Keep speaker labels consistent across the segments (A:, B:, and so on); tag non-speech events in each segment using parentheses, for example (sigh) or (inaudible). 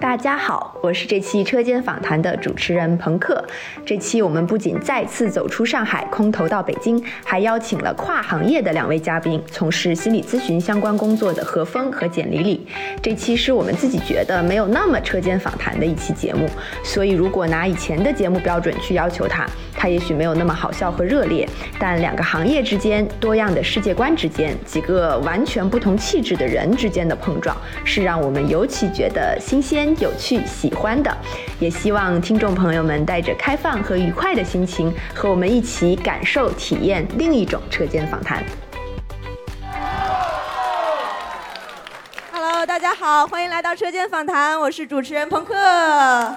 A: 大家好，我是这期车间访谈的主持人朋克。这期我们不仅再次走出上海，空投到北京，还邀请了跨行业的两位嘉宾，从事心理咨询相关工作的何峰和简黎黎。这期是我们自己觉得没有那么车间访谈的一期节目，所以如果拿以前的节目标准去要求它，它也许没有那么好笑和热烈。但两个行业之间、多样的世界观之间、几个完全不同气质的人之间的碰撞，是让我们尤其觉得新鲜、有趣、喜欢的。也希望听众朋友们带着开放和愉快的心情，和我们一起感受、体验另一种车间访谈。
B: Hello，大家好，欢迎来到车间访谈，我是主持人朋克。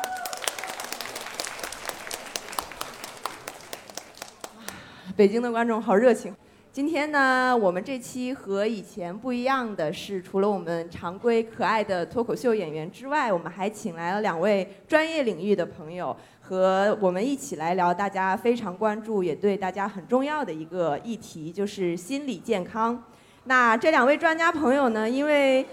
B: 北京的观众好热情。今天呢，我们这期和以前不一样的是，除了我们常规可爱的脱口秀演员之外，我们还请来了两位专业领域的朋友，和我们一起来聊大家非常关注也对大家很重要的一个议题，就是心理健康。那这两位专家朋友呢，因为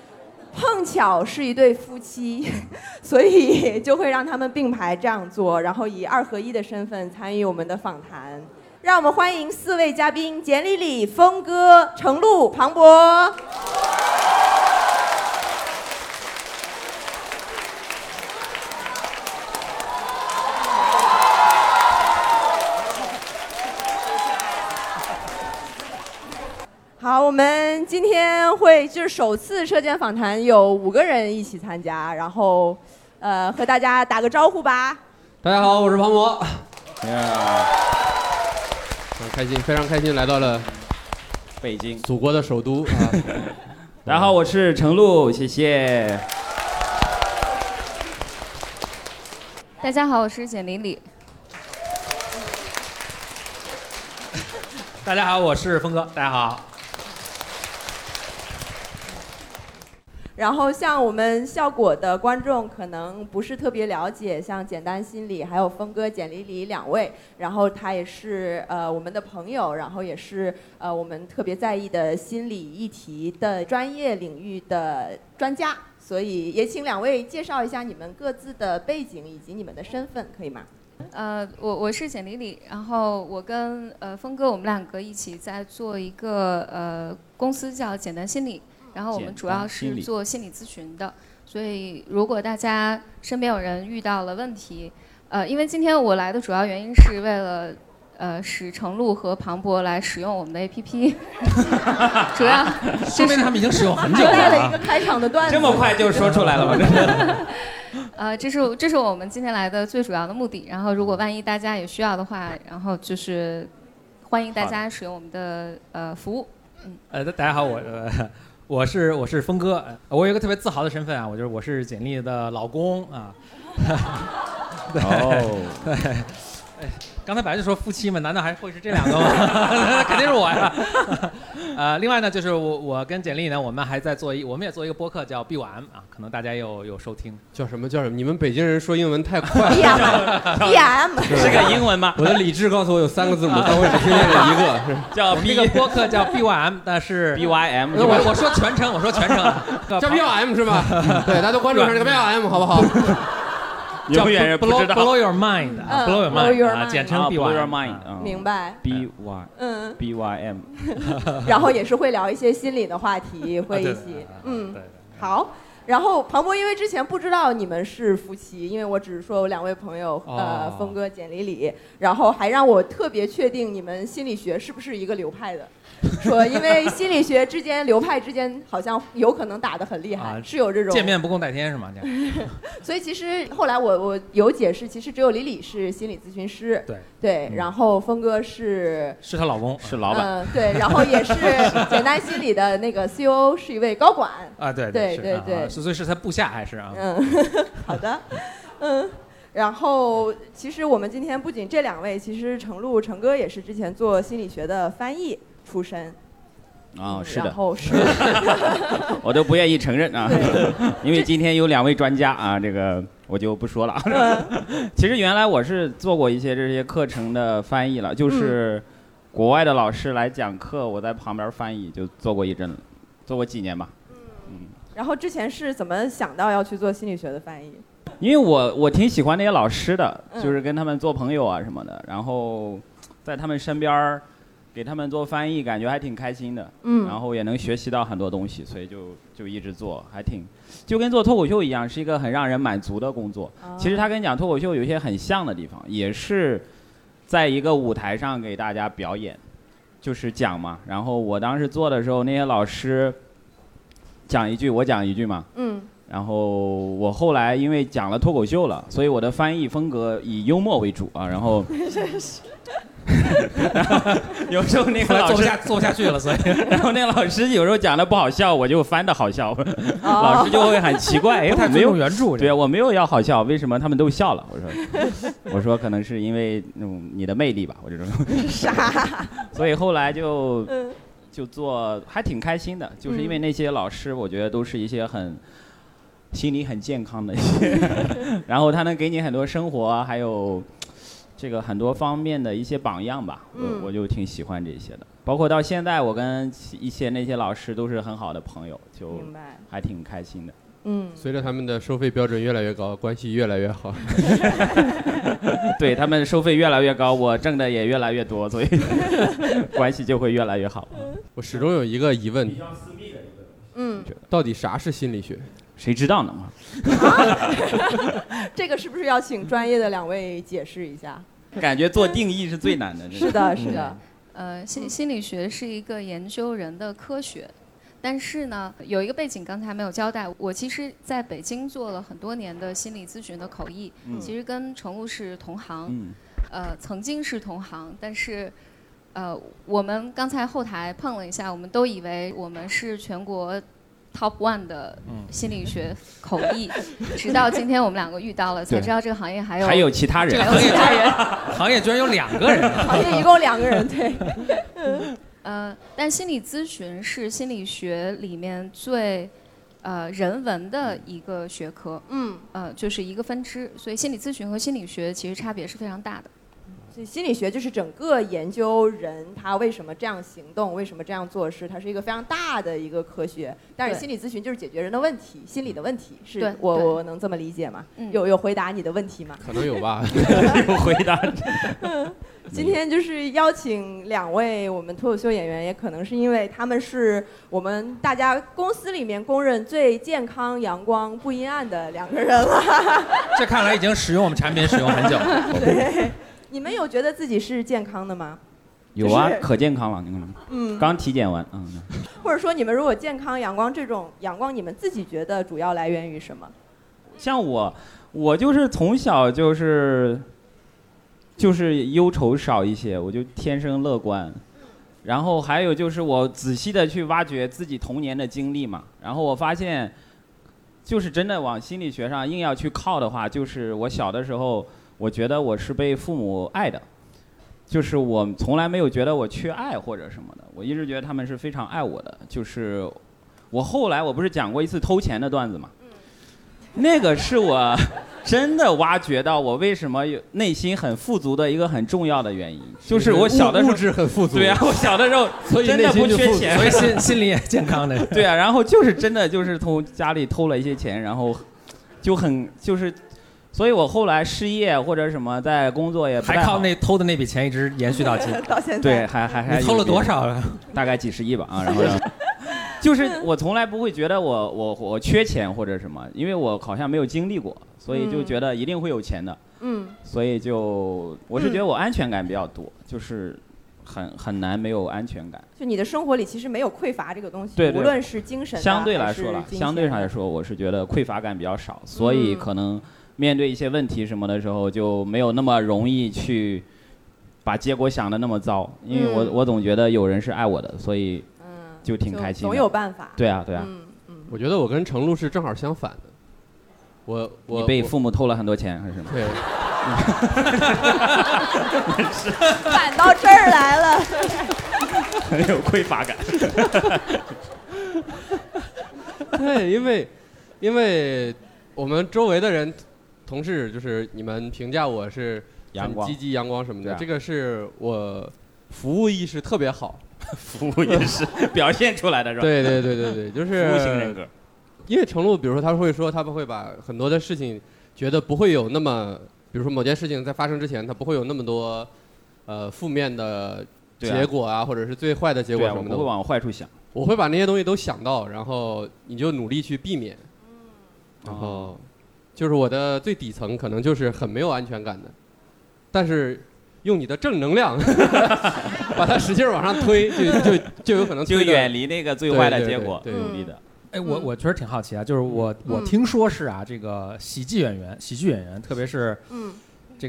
B: 碰巧是一对夫妻， (laughs) 所以就会让他们并排这样做，然后以二合一的身份参与我们的访谈。让我们欢迎四位嘉宾：简丽丽、峰哥、程璐、庞博。好，我们今天会就是首次车间访谈，有五个人一起参加，然后，呃，和大家打个招呼吧。
C: 大家好，我是庞博。很开心，非常开心来到了
D: 北京。
C: 祖国的首都啊！ (laughs)
D: 大家好，我是程璐，谢谢。
E: 大家好，我是简丽丽。
F: 大家好，我是峰哥。大家好，
B: 然后像我们效果的观众可能不是特别了解，像简单心理还有峰哥、简丽丽两位，然后他也是呃我们的朋友，然后也是呃我们特别在意的心理议题的专业领域的专家，所以也请两位介绍一下你们各自的背景以及你们的身份，可以吗？
E: 呃，我我是简丽丽，然后我跟呃峰哥，我们两个一起在做一个呃公司叫简单心理，然后我们
D: 简
E: 主要
D: 单心
E: 是
D: 理
E: 做心理咨询的，所以如果大家身边有人遇到了问题，呃，因为今天我来的主要原因是为了。呃，使程璐和庞博来使用我们的 APP，主要
F: 说明他们已经使用很久
B: 带
F: 了
B: 了一
F: 啊
B: 个。开 (laughs) 场的段子，
F: 这么快就说出来了吗？
E: 呃，这是这是我们今天来的最主要的目的。然后，如果万一大家也需要的话，然后就是欢迎大家使用我们的呃服务。
F: (laughs) 呃，大家好，我呃我是我是峰哥，呃我有一个特别自豪的身份啊，我就是我是简历的老公啊。
D: (laughs) 哦，
F: 刚才本来就说夫妻嘛，难道还会是这两个
D: (laughs)
F: 吗？肯定是我呀。呃，另外呢，就是我我跟简历呢，我们还在做一，我们也做一个播客叫 B 晚啊，可能大家有有收听。
C: 叫什么叫什么？你们北京人说英文太快
B: 哎
C: 了。
B: ，DM DM
D: 是个英文吗？
C: 我的理智告诉我有三个字母，但我只听见了一个。是
D: 叫
F: 我们这
D: B
F: 个播客叫 B 晚，但是呃
D: B Y M，
F: 我我说全称，我说全 (laughs) 称，
C: 叫 B L M 是吧？对，大家都关注一下这个 B L M 好不好？
F: 叫
D: 永远人不
F: blow
D: 知道。
F: blow your mind 啊
B: 嗯
F: ，blow your
B: blow your
F: mind 啊，
B: mind
F: 简
D: 啊
F: 称 B
D: blow your
F: Y
D: mind，嗯
B: 明白，
D: B Y
B: 嗯，
D: B Y M，
F: (laughs)
B: 然后也是会聊一些心理的话题，
F: 啊
B: 会一起，嗯。好，然后庞博，因为之前不知道你们是夫妻，因为我只是说我两位朋友，呃
F: 哦，
B: 峰哥、简里里，然后还让我特别确定你们心理学是不是一个流派的，说因为心理学之间流派之间好像有可能打得很厉害，
F: 啊
B: 是有这种
F: 见面不共戴天是吗？这样
B: 所以其实后来我我有解释，其实只有李李是心理咨询师，
F: 对
B: 对，
F: 嗯
B: 然后峰哥是。
F: 是她老公
D: 是老板。
B: 嗯，对，然后也是简单心理的那个 COO 是一位高管，
F: 啊，对
B: 对
F: 是
B: 对
F: 啊
B: 对
F: 啊是所以是他部下还是啊？
B: 嗯，好的，嗯。然后，其实我们今天不仅这两位，其实程璐、程哥也是之前做心理学的翻译出身。
D: 啊，
B: 嗯
D: 是
B: 然
D: 的，
B: 后
D: (laughs)
B: 是，
D: 我都不愿意承认啊， (laughs) 因为今天有两位专家啊，这个我就不说了。
B: 嗯
D: (laughs) 其实原来我是做过一些这些课程的翻译
B: 嗯
D: 了，就是国外的老师来讲课，我在旁边翻译，就做过一阵了，做过几年吧。
B: 然后之前是怎么想到要去做心理学的翻译？
D: 因为我我挺喜欢那些老师的，
B: 嗯
D: 就是跟他们做朋友啊什么的，然后在他们身边儿给他们做翻译，感觉还挺开心的，然
B: 嗯
D: 后也能学习到很多东西，所以就就一直做，还挺就跟做脱口秀一样，是一个很让人满足的工作。
B: 啊哦
D: 其实它跟讲脱口秀有一些很像的地方，也是在一个舞台上给大家表演，就是讲嘛。然后我当时做的时候，那些老师讲一句，我讲一句嘛。
B: 嗯
D: 然后我后来因为讲了脱口秀了，所以我的翻译风格以幽默为主啊。然后， (laughs) 有时候那
F: 后
D: 个
F: 来
D: 老
F: 做不
C: (laughs)
D: 师，
F: 下做不下去了，所以
D: 然后那个老师有时候讲的不好笑，我就翻的好笑， (laughs) 老
B: 哦
D: 师就会很奇怪，哎，
F: 不太
D: 我没
F: 尊
D: 有
F: 重原著。
C: 啊
D: 对，我没有要好笑，为什么他们都笑了？我说，我说可能是因为那种你的魅力吧，我这种。 (laughs)
B: 傻
D: 所以后来就
B: 嗯
D: 就做，还挺开心的，就是因
B: 嗯
D: 为那些老师，我觉得都是一些很心理很健康的
B: (laughs)
D: 一些，然后他能给你很多生活啊还有这个很多方面的一些榜样吧，
B: 嗯
D: 我我就挺喜欢这些的。包括到现在，我跟一些那些老师都是很好的朋友，就
B: 明白
D: 还挺开心的。 (laughs)
B: 嗯
C: 随着他们的收费标准越来越高，关系越来越好。
D: 对他们收费越来越高，我挣的也越来越多，
B: (laughs)
D: 所以关系就会越来越好。
C: 我始终有一个疑问，
B: 嗯，
C: 到底啥是心理学？
D: 谁知道呢？
B: 这个是不是要请专业的两位解释一下？
D: 感觉做定义是最难的。真
B: 是的，是的，
E: 呃，心心理学是一个研究人的科学，但是呢，有一个背景刚才没有交代。我其实在北京做了很多年的心理咨询的口译，
D: 嗯
E: 其实跟程璐是同行，
D: 嗯，
E: 呃，曾经是同行，但是。呃，我们刚才后台碰了一下，我们都以为我们是全国 top one 的
F: 嗯
E: 心理学口译， (laughs) 直到今天我们两个遇到了，才
D: 对
E: 知道这个行业还有
D: 还有其他人
F: 这个
E: 还有
F: 行
E: 其
F: 业
E: 他人。
F: 行业居然有两个人，
D: 嗯
B: 行业一共两个人，对，
E: 呃，但心理咨询是心理学里面最呃人文
F: 嗯
E: 的一个学科，
B: 嗯，
E: 呃，就是一个分支，所以心理咨询和心理学其实差别是非常大的。
B: 所以心理学就是整个研究人他为什么这样行动，为什么这样做事，它是一个非常大的一个科学。但是
E: 对
B: 心理咨询就是解决人的问题，心理的问题，是
E: 对
B: 我
E: 对
B: 我能这么理解吗？
E: 嗯
B: 有有回答你的问题吗？
C: 可能有吧。
D: 有回答。
B: 今天就是邀请两位我们脱口秀演员，也可能是因为他们是我们大家公司里面公认最健康、阳光、不阴暗的两个人了。
F: (laughs) 这看来已经使用我们产品使用很久。
C: (laughs)
E: (laughs)
B: 你们有觉得自己是健康的吗？
D: 有啊
B: 就，是
D: 可健康了，你看，
B: 嗯，
D: 刚体检完，嗯，
B: 或者说你们如果健康、阳光这种阳光，你们自己觉得主要来源于什么？
D: 像我，我就是从小就是就是忧愁少一些，我就天生乐观。然后还有就是我仔细的去挖掘自己童年的经历嘛，然后我发现，就是真的往心理学上硬要去靠的话，就是我小的时候，我觉得我是被父母爱的，就是我从来没有觉得我缺爱或者什么的，我一直觉得他们是非常爱我的。就是我后来我不是讲过一次偷钱的段子嘛，那个是我真的挖掘到我为什么有内心很富足的一个很重要的原因，就是我小的时
C: 物
D: 候
C: 物。质很富足，
D: (laughs)
F: (laughs)
D: 对啊，，我小的时候
C: 所以
D: 真
C: 内
D: 的不
C: 心就
D: 缺
C: 富足。
D: 钱
F: 所
D: (laughs)
F: 以心心理也健康的。
D: 对啊，然后就是真的就是从家里偷了一些钱，然后就很就是，所以我后来失业或者什么，在工作也不太
F: 还靠
D: 好
F: 那偷的那笔钱一直延续到今。
B: (laughs) 到现
D: 对，
B: 在，
D: 还还还
F: 你偷了
D: 有
F: 多少啊？
D: 大概几十亿吧啊，然后就是我从来不会觉得我我我缺钱或者什么，因为我好像没有经历过，所以就
B: 嗯
D: 觉得一定会有钱的，
B: 嗯
D: 所以就我是
B: 嗯
D: 觉得我安全感比较多，就是很很难没有安全感。
B: 就你的生活里其实没有匮乏这个东西，
D: 对对
B: 无论是精神的
D: 相对来
B: 还是
D: 说了，
B: 金
D: 相对
B: 钱
D: 上
B: 的
D: 来说，我是觉得匮乏感比较少，所以
B: 嗯
D: 可能面对一些问题什么的时候，就没有那么容易去把结果想的那么糟，因为我
B: 嗯
D: 我总觉得有人是爱我的，所以
B: 嗯，
D: 就挺开心
B: 总
D: 的
B: 有办法。
D: 对啊对啊，
B: 嗯嗯
C: 我觉得我跟程璐是正好相反的。我
B: 嗯
C: 我
D: 你被
C: 我
D: 父母偷了很多钱还是什么？ (laughs)
C: 对， (laughs)
B: 反到这儿来了，
D: 很有匮乏感。
C: 对，因为因为我们周围的人同事，就是你们评价我是
D: 阳
C: 很
D: 光
C: 积极、阳光什么的，
D: 对啊
C: 这个是我服务意识特别好。
D: 服务也
B: (laughs)
D: 是表现出来的是吧？
C: 对对对对对，就是
D: 服务型人格。
C: 因为程璐，比如说他会说，他们会把很多的事情觉得不会有那么，比如说某件事情在发生之前，它不会有那么多呃负面的
D: 对啊
C: 结果啊，或者是最坏的结
D: 对
C: 果
D: 啊，
C: 什
D: 我
C: 么
D: 不
C: 的。
D: 会往坏处想。
C: 我会把那些东西都想到，然后你就努力去避免。然
D: 啊
C: 后，就是我的最底层可能就是很没有安全感的，但是用你的正能量 (laughs) 把它使劲儿往上推，
D: (laughs)
C: 就就就有可能
D: 就
C: 推得
D: 远离那个最坏的结果，
C: 对
B: 对对
D: 努力的。
F: 哎，我
B: 嗯
F: 我确实挺好奇啊，就是我我
B: 嗯
F: 听说是啊，这个喜剧演员、喜剧演员，特别是
B: 嗯，
F: 这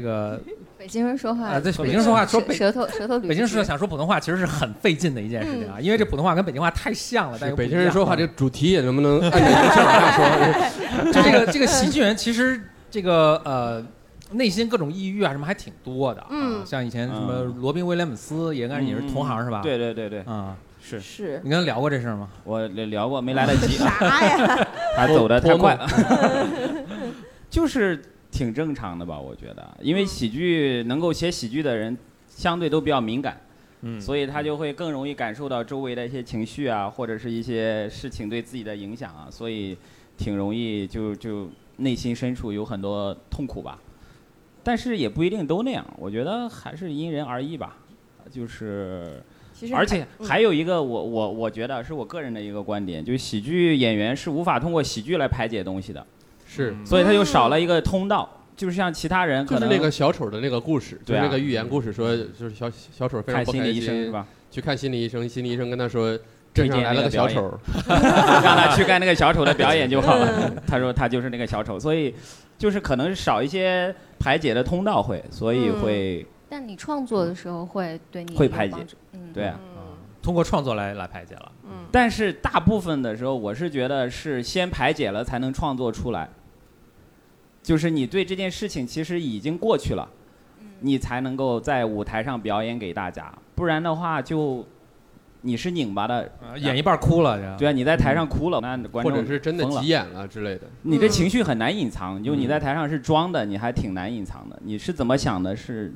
B: (laughs)
F: 个
E: 北京人说话，
F: 啊，在
D: 特
F: 北
D: 别
F: 京说话说
E: 舌
F: 北
E: 舌头舌头捋不直。
F: 北京说想说普通话，其实是很费劲的一件事情啊，
B: 嗯
F: 因为这普通话跟北京话太像了，但
C: 是
F: 又不
C: 北
F: 一
C: 京人
F: 样啊
C: 说话这主题也能不能按你的事儿往下说？
F: 就这
C: (laughs)
F: 个这个喜剧人，其实这个呃。内心各种抑郁啊，什么还挺多的啊，
B: 嗯
F: 像以前什么
D: 嗯
F: 罗宾威廉姆斯，也应该是你是同行是吧？，
D: 对对对
C: 嗯
D: 对，
F: 啊，
D: 是
B: 是
D: (laughs)
F: 你跟他聊过这事儿吗？
D: 我聊过，没来得
C: (laughs)
D: 及，
B: 啥呀？
D: 他 (laughs) 走的太
C: 托
D: 快了，就是挺正常的吧？我觉得，因
B: 嗯
D: 为喜剧能够写喜剧的人，相对都比较敏感，
F: 嗯
D: 所以他就会更容易感受到周围的一些情绪啊，或者是一些事情对自己的影响啊，所以挺容易就就内心深处有很多痛苦吧。但是也不一定都那样，我觉得还是因人而异吧。就是，
B: 其实
D: 而且
B: 嗯
D: 还有一个我我我觉得是我个人的一个观点，就是喜剧演员是无法通过喜剧来排解东西的，
C: 是，
D: 所以他就少了一个通道。就是像其他人
C: 就
D: 嗯可
C: 是
D: 能
C: 那个小丑的那个故事，就
D: 对
C: 是
D: 啊
C: 那个寓言故事，说就是小小丑非常
D: 看
C: 不
D: 心
C: 开
D: 理医生是
C: 心，
D: 吧？
C: 去看心理医生，心理医生跟他说。镇上来了个小
D: 推荐那
C: 丑，
D: 让他去干那个小丑的表演就好了。 (laughs) 他说他就是那个小丑，所以就是可能少一些排解的通道会，所以会、
E: 但你创作的时候会对你
D: 嗯会
E: 有
D: 排解
E: 帮助，嗯，
D: 对啊。
B: 嗯
F: 通过创作来来排解了。
B: 嗯
D: 但是大部分的时候，我是觉得是先排解了才能创作出来。就是你对这件事情其实已经过去了，你才能够在舞台上表演给大家，不然的话就你是拧巴的，
F: 啊演一半哭了，这样
D: 对啊，你在台上哭了，那观
C: 嗯或
D: 众
C: 者是真的
D: 疯了
C: 急眼了之类的。
D: 你
E: 嗯
D: 这情绪很难隐藏，就你在台上是装的，你还挺难隐藏的。你是怎么想的？是，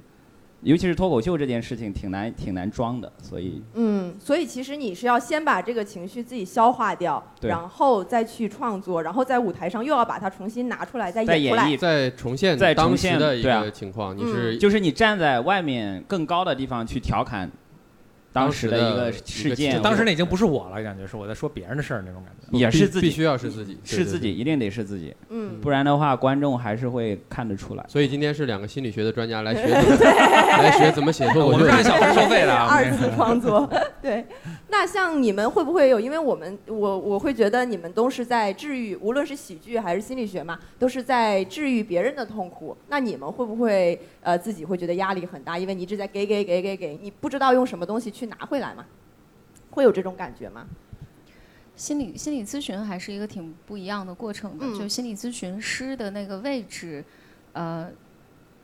D: 尤其是脱口秀这件事情，挺难挺难装的。所以，
B: 嗯，所以其实你是要先把这个情绪自己消化掉，
D: 对
B: 然后再去创作，然后在舞台上又要把它重新拿出
E: 哎
B: 来再
D: 在
B: 演出
D: 演
B: 来。
D: 绎，
C: 再重现
D: 再重
C: 当时
D: 现
C: 的一
D: 对啊
C: 个情况，你
B: 嗯
C: 是
D: 就是你站在外面更高的地方去调侃当时的一个
C: 当时的
D: 事
C: 一
D: 件，
C: 个
F: 当时那已经不是我了，感觉是我在说别人的事儿那种感觉。
D: 也
C: 必
D: 是自
C: 必
D: 己，
C: 须要是自己，对
D: 是自。己，一定得是自己，
B: 嗯，
D: 不然的话，观众还是会看得出来
C: 对。所以今天是两个心理学的专
B: (laughs)
C: 家来学怎么来学怎么写作，
F: 我们
C: 就
F: 这按小时收费的啊，
B: (laughs) 二次创作， (laughs) 对。那像你们会不会有？因为我们我我会觉得你们都是在治愈，无论是喜剧还是心理学嘛，都是在治愈别人的痛苦。那你们会不会呃自己会觉得压力很大？因为你一直在给给给给给，你不知道用什么东西去拿回来嘛？会有这种感觉吗？
E: 心理心理咨询还是一个挺不一样的过程的，
B: 嗯
E: 就心理咨询师的那个位置，呃，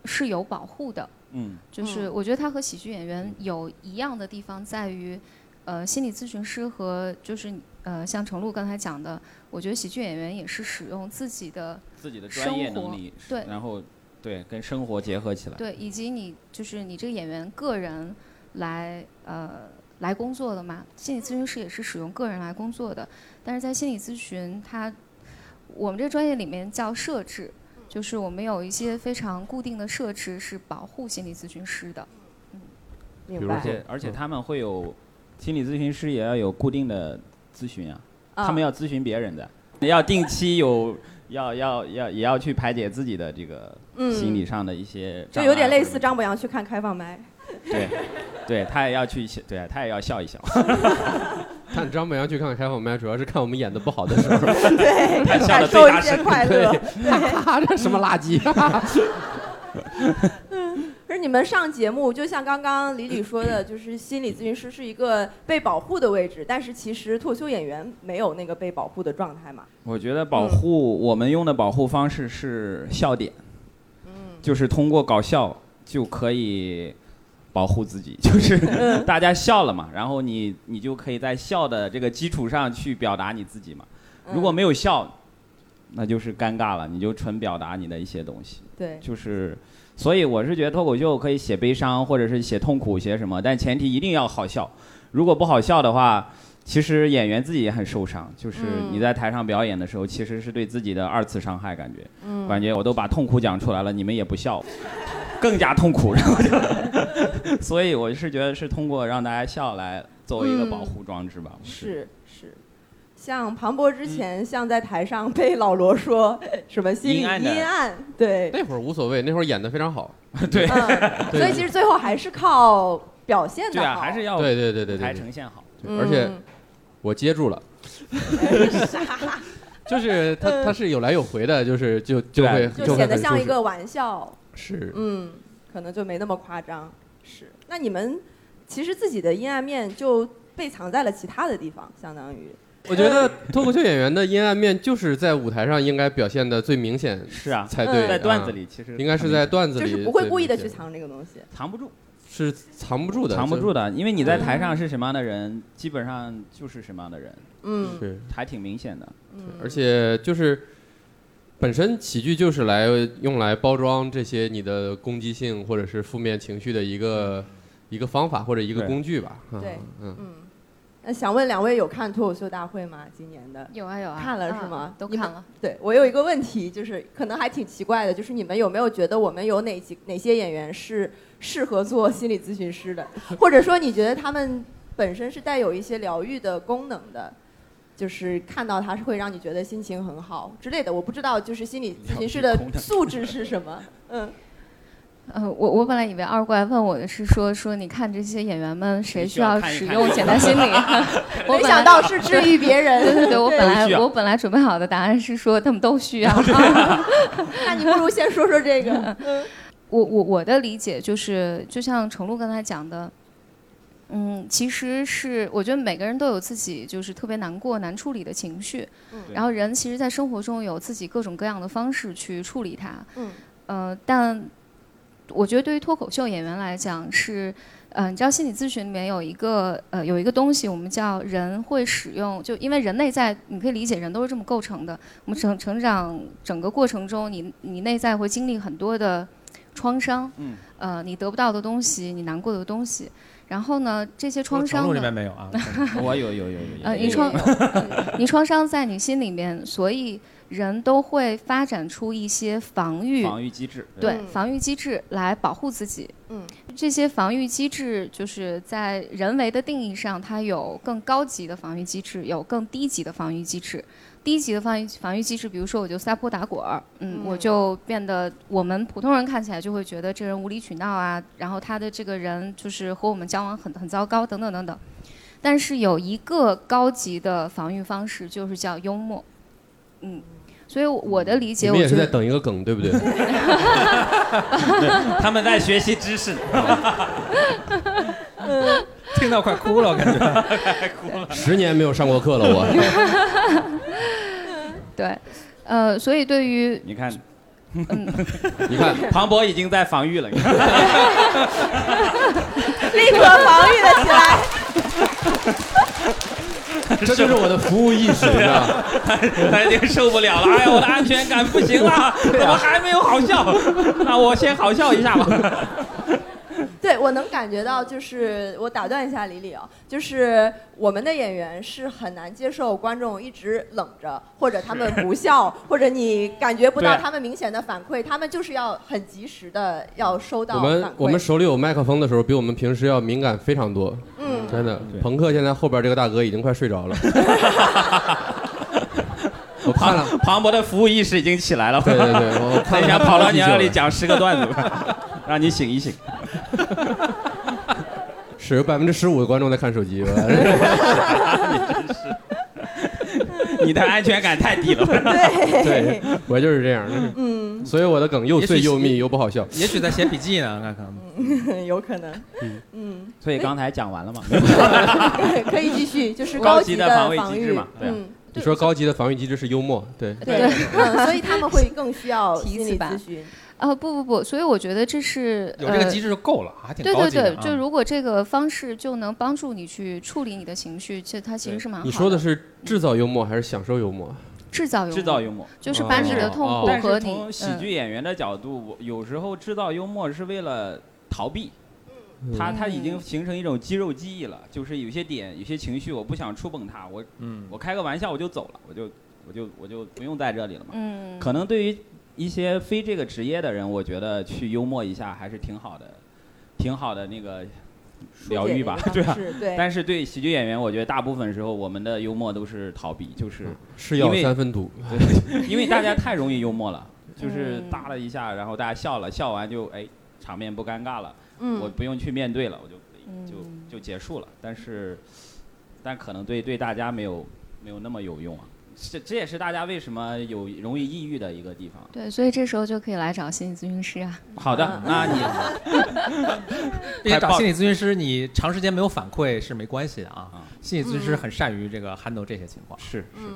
E: 是有保护的。
D: 嗯，
E: 就是我觉得他和喜剧演员有一样的地方在于，呃，心理咨询师和就是呃，像程璐刚才讲的，我觉得喜剧演员也是使用自己的
D: 自己的专业能力，
E: 生活对
D: 然后对跟生活结合起来，
E: 对，以及你就是你这个演员个人来呃来工作的嘛，心理咨询师也是使用个人来工作的，但是在心理咨询它，我们这个专业里面叫设置，就是我们有一些非常固定的设置是保护心理咨询师的，
B: 明
C: 如
D: 而
B: 白
C: 说。
D: 且而且他们会有心理咨询师也要有固定的咨询啊。
B: 啊
D: 他们要咨询别人的，要定期有要要要也要去排解自己的这个
B: 嗯
D: 心理上的一些
B: 就
D: 障碍，
B: 有点类似张博洋去看开放麦。
D: 对，对他也要去对他也要笑一笑，
C: 看张本阳去看开放麦，主要是看我们演的不好的时候，
B: (laughs) 对，
D: 他笑
B: 感
D: 得
B: 受
D: 最大
B: 一些
D: 声
B: 快乐。
C: 啊，这什么垃圾？
B: 嗯可是你们上节目，就像刚刚李李说的，就是心理咨询师是一个被保护的位置，但是其实脱口秀演员没有那个被保护的状态嘛。
D: (laughs) 我觉得保护、我们用的保护方式是笑点，就是通过搞笑就可以保护自己， (laughs) 就是
B: 嗯
D: 大家笑了嘛，然后你你就可以在笑的这个基础上去表达你自己嘛。
B: 嗯
D: 如果没有笑，那就是尴尬了，你就纯表达你的一些东西。
B: 对，
D: 就是，所以我是觉得脱口秀可以写悲伤，或者是写痛苦，写什么，但前提一定要好笑。如果不好笑的话，其实演员自己也很受伤，就是
B: 嗯
D: 你在台上表演的时候，其实是对自己的二次伤害，感觉，
B: 嗯
D: 感觉我都把痛苦讲出来了，你们也不笑，更加痛苦，然后就，所以我是觉得是通过让大家笑来作为一个
B: 嗯
D: 保护装置吧，我觉得
B: 是是，像庞博之前，像在台上被老罗说什么心理
F: 阴暗的
B: 阴暗，对，
C: 那会儿无所谓，那会儿演的非常好。
D: 对
B: 嗯，所以其实最后还是靠表现的
D: 对啊，
B: 好，
D: 还是要
C: 对对对对对
D: 台
C: 对，
D: 呈现好，
C: 对而且
B: 嗯
C: 我接住了，就是他他是有来有回的，就是就就
D: 对
C: 会
B: 嗯就显
C: 会
B: 得
C: 很
B: 像
C: 舒
B: 一
C: 适
B: 个玩笑，
C: 是
B: 嗯，可能就没那么夸张。是，那你们其实自己的阴暗面就被藏在了其他的地方，相当于，
C: 我觉得脱口秀演员的阴暗面就是在舞台上应该表现的最明显
D: 是啊，
C: 才
B: 嗯
C: 对，
D: 在段子
C: 啊，
D: 里其实
C: 应该是在段子
B: 就
C: 里
B: 是不会
C: 最
B: 故意的
C: 明
B: 去
C: 显，
B: 藏这个东西。
D: 藏不住。
C: 是藏不住的，
D: 藏不
C: 就
D: 住的，因为你在台上是什么样的人，基本上就是什么样的人，
B: 嗯
C: 是，
D: 还挺明显的。
B: 嗯，
C: 而且就是本身喜剧就是来用来包装这些你的攻击性或者是负面情绪的一个一个方法或者一个
D: 对
C: 工具吧。啊
B: 嗯对，
C: 嗯，
B: 嗯，那想问两位有看脱口秀大会吗？今年的？
E: 有啊有啊，
B: 看了是
E: 啊
B: 吗
E: 都
B: 你们
E: 看了。
B: 对我有一个问题，就是可能还挺奇怪的，就是你们有没有觉得我们有哪几哪些演员是适合做心理咨询师的， (laughs) 或者说你觉得他们本身是带有一些疗愈的功能的？就是看到他是会让你觉得心情很好之类的，我不知道就是心理咨询师的
D: 疗愈功能
B: 素质是什么。 (laughs) 嗯，
E: 呃，我我本来以为二怪问我的是说说你看这些演员们谁
D: 你需
E: 需
D: 要
E: 要
D: 看一
E: 使
D: 看
E: 用简单心理， (laughs) 我
B: 没
E: 本来
B: 想到是治愈别
E: 对
B: (laughs) 人，
E: 对 (laughs) 对，我本
D: 都需
E: 来
D: 要
E: 我本来准备好的答案是说他们都需要。
B: 那你不如先说说这 (laughs) 个。嗯
E: 我我我的理解就是，就像程璐刚才讲的，嗯，其实是我觉得每个人都有自己就是特别难过、难处理的情绪，
B: 嗯
E: 然后人其实，在生活中有自己各种各样的方式去处理它，
B: 嗯
E: 呃，但我觉得对于脱口秀演员来讲是，呃，你知道心理咨询里面有一个呃有一个东西，我们叫人会使用，就因为人内在，你可以理解人都是这么构成的。我们成成长整个过程中，你你内在会经历很多的创伤，
D: 嗯，
E: 呃，你得不到的东西，你难过的东西，然后呢，这些创
F: 程
E: 伤
F: 璐
E: 呢
F: 里面没有
B: (laughs)
F: 啊，
D: 我有有有有有
E: 呃，
D: 有
E: 你创你创伤在你心里面，所以人都会发展出一些防御
D: 防御机制，
E: 对
B: 嗯
E: 防御机制来保护自己。
B: 嗯，
E: 这些防御机制就是在人为的定义上，它有更高级的防御机制，有更低级的防御机制。低级的防御防御机制，比如说我就撒泼打滚儿，嗯，
B: 嗯
E: 我就变得我们普通人看起来就会觉得这人无理取闹啊，然后他的这个人就是和我们交往很很糟糕，等等等等。但是有一个高级的防御方式，就是叫幽默，嗯，所以我的理
C: 你
E: 解，我
C: 们也
E: 觉
C: 是在
E: 得。
C: 等一个梗，对不对？
D: 他们在学习知识。
F: 听到快哭了，我感觉。
C: 十年没有上过课了，我
B: (laughs)
E: 对，呃，所以
C: (laughs)
E: 对于嗯
D: 你看，
C: 你看
D: 庞博已经在防御了，你看 (laughs)
B: 立刻防御了起来。
C: 这就是我的服务意 (laughs) 识，你知道吗？
D: 他已经受不了了，哎呀，我的安全感不行了，怎么还没有好笑？那我先好笑一下吧。
B: 对，我能感觉到，就是我打断一下李李啊，就是我们的演员是很难接受观众一直冷着，或者他们不
D: (laughs)
B: 笑，或者你感觉不到
D: 对
B: 他们明显的反馈，他们就是要很及时的要收到
C: 我
B: 反
C: 们
B: 馈。
C: 我们手里有麦克风的时候，比我们平时要敏感非常多，
B: 嗯，
C: 真的
D: 对。
C: 朋克现在后边这个大哥已经快睡着
D: (laughs)
C: 了，我看了，
D: (laughs) 庞庞博的服务意识已经起来了，
C: 对对对，我看了他
D: 等一下跑到
C: 好
D: 你
C: 几
D: 那
C: 宿
D: 里
C: 了
D: 讲十个段子吧，让你醒一醒。
C: 是有百分之十五的观众在看手机
D: (laughs)
C: 吧？
D: 你的安全感太低了。
B: 对，
C: 对，我就是这样的，
B: 嗯，
C: 所以我的梗又碎又密又不好笑。
F: 也许在写笔记呢，看
B: (laughs)
F: 看。
B: 有可能，嗯，
D: 所以刚才讲完了嘛？
B: 可以继续，就是
D: 高
B: 级
D: 级
B: 的
D: 的防卫机制嘛对啊啊
B: 嗯，
C: 你说高级的防御机制是幽默，对，
B: 对，嗯，所以他们会更需
D: (laughs)
B: 要
E: 提
B: 心
E: 起
B: 理
E: 吧
B: 咨询。
E: 啊，不不不，所以我觉得这是
F: 有这
E: 呃
F: 个机制就够了，还挺
E: 对
F: 高
E: 对
F: 级的
E: 对
F: 啊。，
E: 就如果这个方式就能帮助你去处理你的情绪，这它其实是蛮好
C: 你说的是制造幽默还是享受幽默？
E: 制造幽默，
D: 制造幽默。
E: 就是把你的
C: 哦
E: 痛
C: 哦
E: 苦
D: 但
E: 和
D: 是
E: 你
D: 从喜剧演员的角度，我有时候制造幽默是为了逃避，它它已经
E: 嗯
D: 形成一种肌肉记忆了，就是有些点、有些情绪，我不想触碰它，我
F: 嗯，
D: 我开个玩笑我就走了，我就我就我就不用在这里了嘛。
E: 嗯，
D: 可能对于一些非这个职业的人，我觉得去幽默一下还是挺好的，挺好的那个疗愈吧， (laughs) 对啊
B: 对
D: 吧？
B: 对，
D: 但是对喜剧演员，我觉得大部分时候我们的幽默都是逃避，就是
C: 嗯是
D: 因
C: 药
D: 为
C: 三分毒，
E: (laughs)
D: 因为大家太容易幽默了，就是
E: 嗯
D: 搭了一下，然后大家笑了，笑完就哎场面不尴尬了，我
B: 嗯，
D: 不用去面对了，我就可以就
E: 嗯
D: 就结束了。但是，但可能对对大家没有没有那么有用啊。这这也是大家为什么有容易抑郁的一个地方。
E: 对，所以这时候就可以来找心理咨询师啊。
D: 好的，那
E: (laughs)
D: 你
F: 并且
D: 快报
F: 找心理咨询师，你长时间没有反馈是没关系的啊
D: 啊。
F: 心理咨询
E: 嗯
F: 师很善于这个 handle 这些情况。
D: 是
B: 嗯，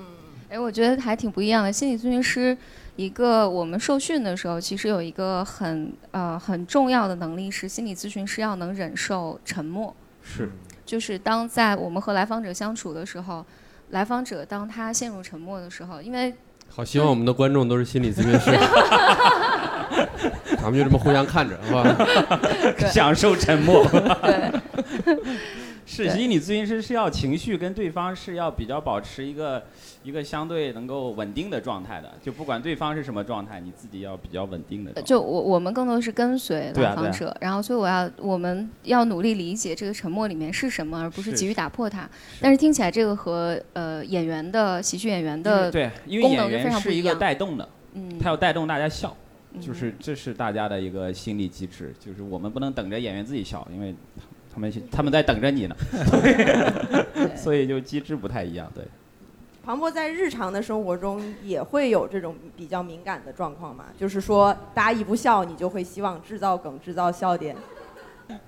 E: 哎，我觉得还挺不一样的。心理咨询师，一个我们受训的时候，其实有一个很呃很重要的能力是，心理咨询师要能忍受沉默。
D: 是
E: 就是当在我们和来访者相处的时候，来访者当他陷入沉默的时候，因为
C: 好，希望我们的观众都是心理咨询师，咱们就这么互相看着，好吧？
D: 是 (laughs) 享受沉默。
E: (laughs) 对，
D: (laughs) 是
E: 对
D: 心理咨询师是要情绪跟对方是要比较保持一个一个相对能够稳定的状态的，就不管对方是什么状态，你自己要比较稳定的状态。
E: 呃就我我们更多是跟随
D: 对啊
E: 来访者，然后所以我要我们要努力理解这个沉默里面是什么，而不是
D: 是
E: 急于打破它。但是听起来这个和呃演员的喜剧演员的
D: 对，因为
E: 功能
D: 演
E: 就非
D: 员
E: 常不
D: 是
E: 一
D: 一个
E: 样
D: 带动的，
E: 嗯，
D: 他要带动大家笑。
E: 嗯
D: 就是这是大家的一个心理机制，就是我们不能等着演员自己笑，因为他他们他们在等着你呢，(laughs)
E: 对
D: 所以就机制不太一样。对，
B: 庞博在日常的生活中也会有这种比较敏感的状况嘛，就是说大家一不笑，你就会希望制造梗、制造笑点。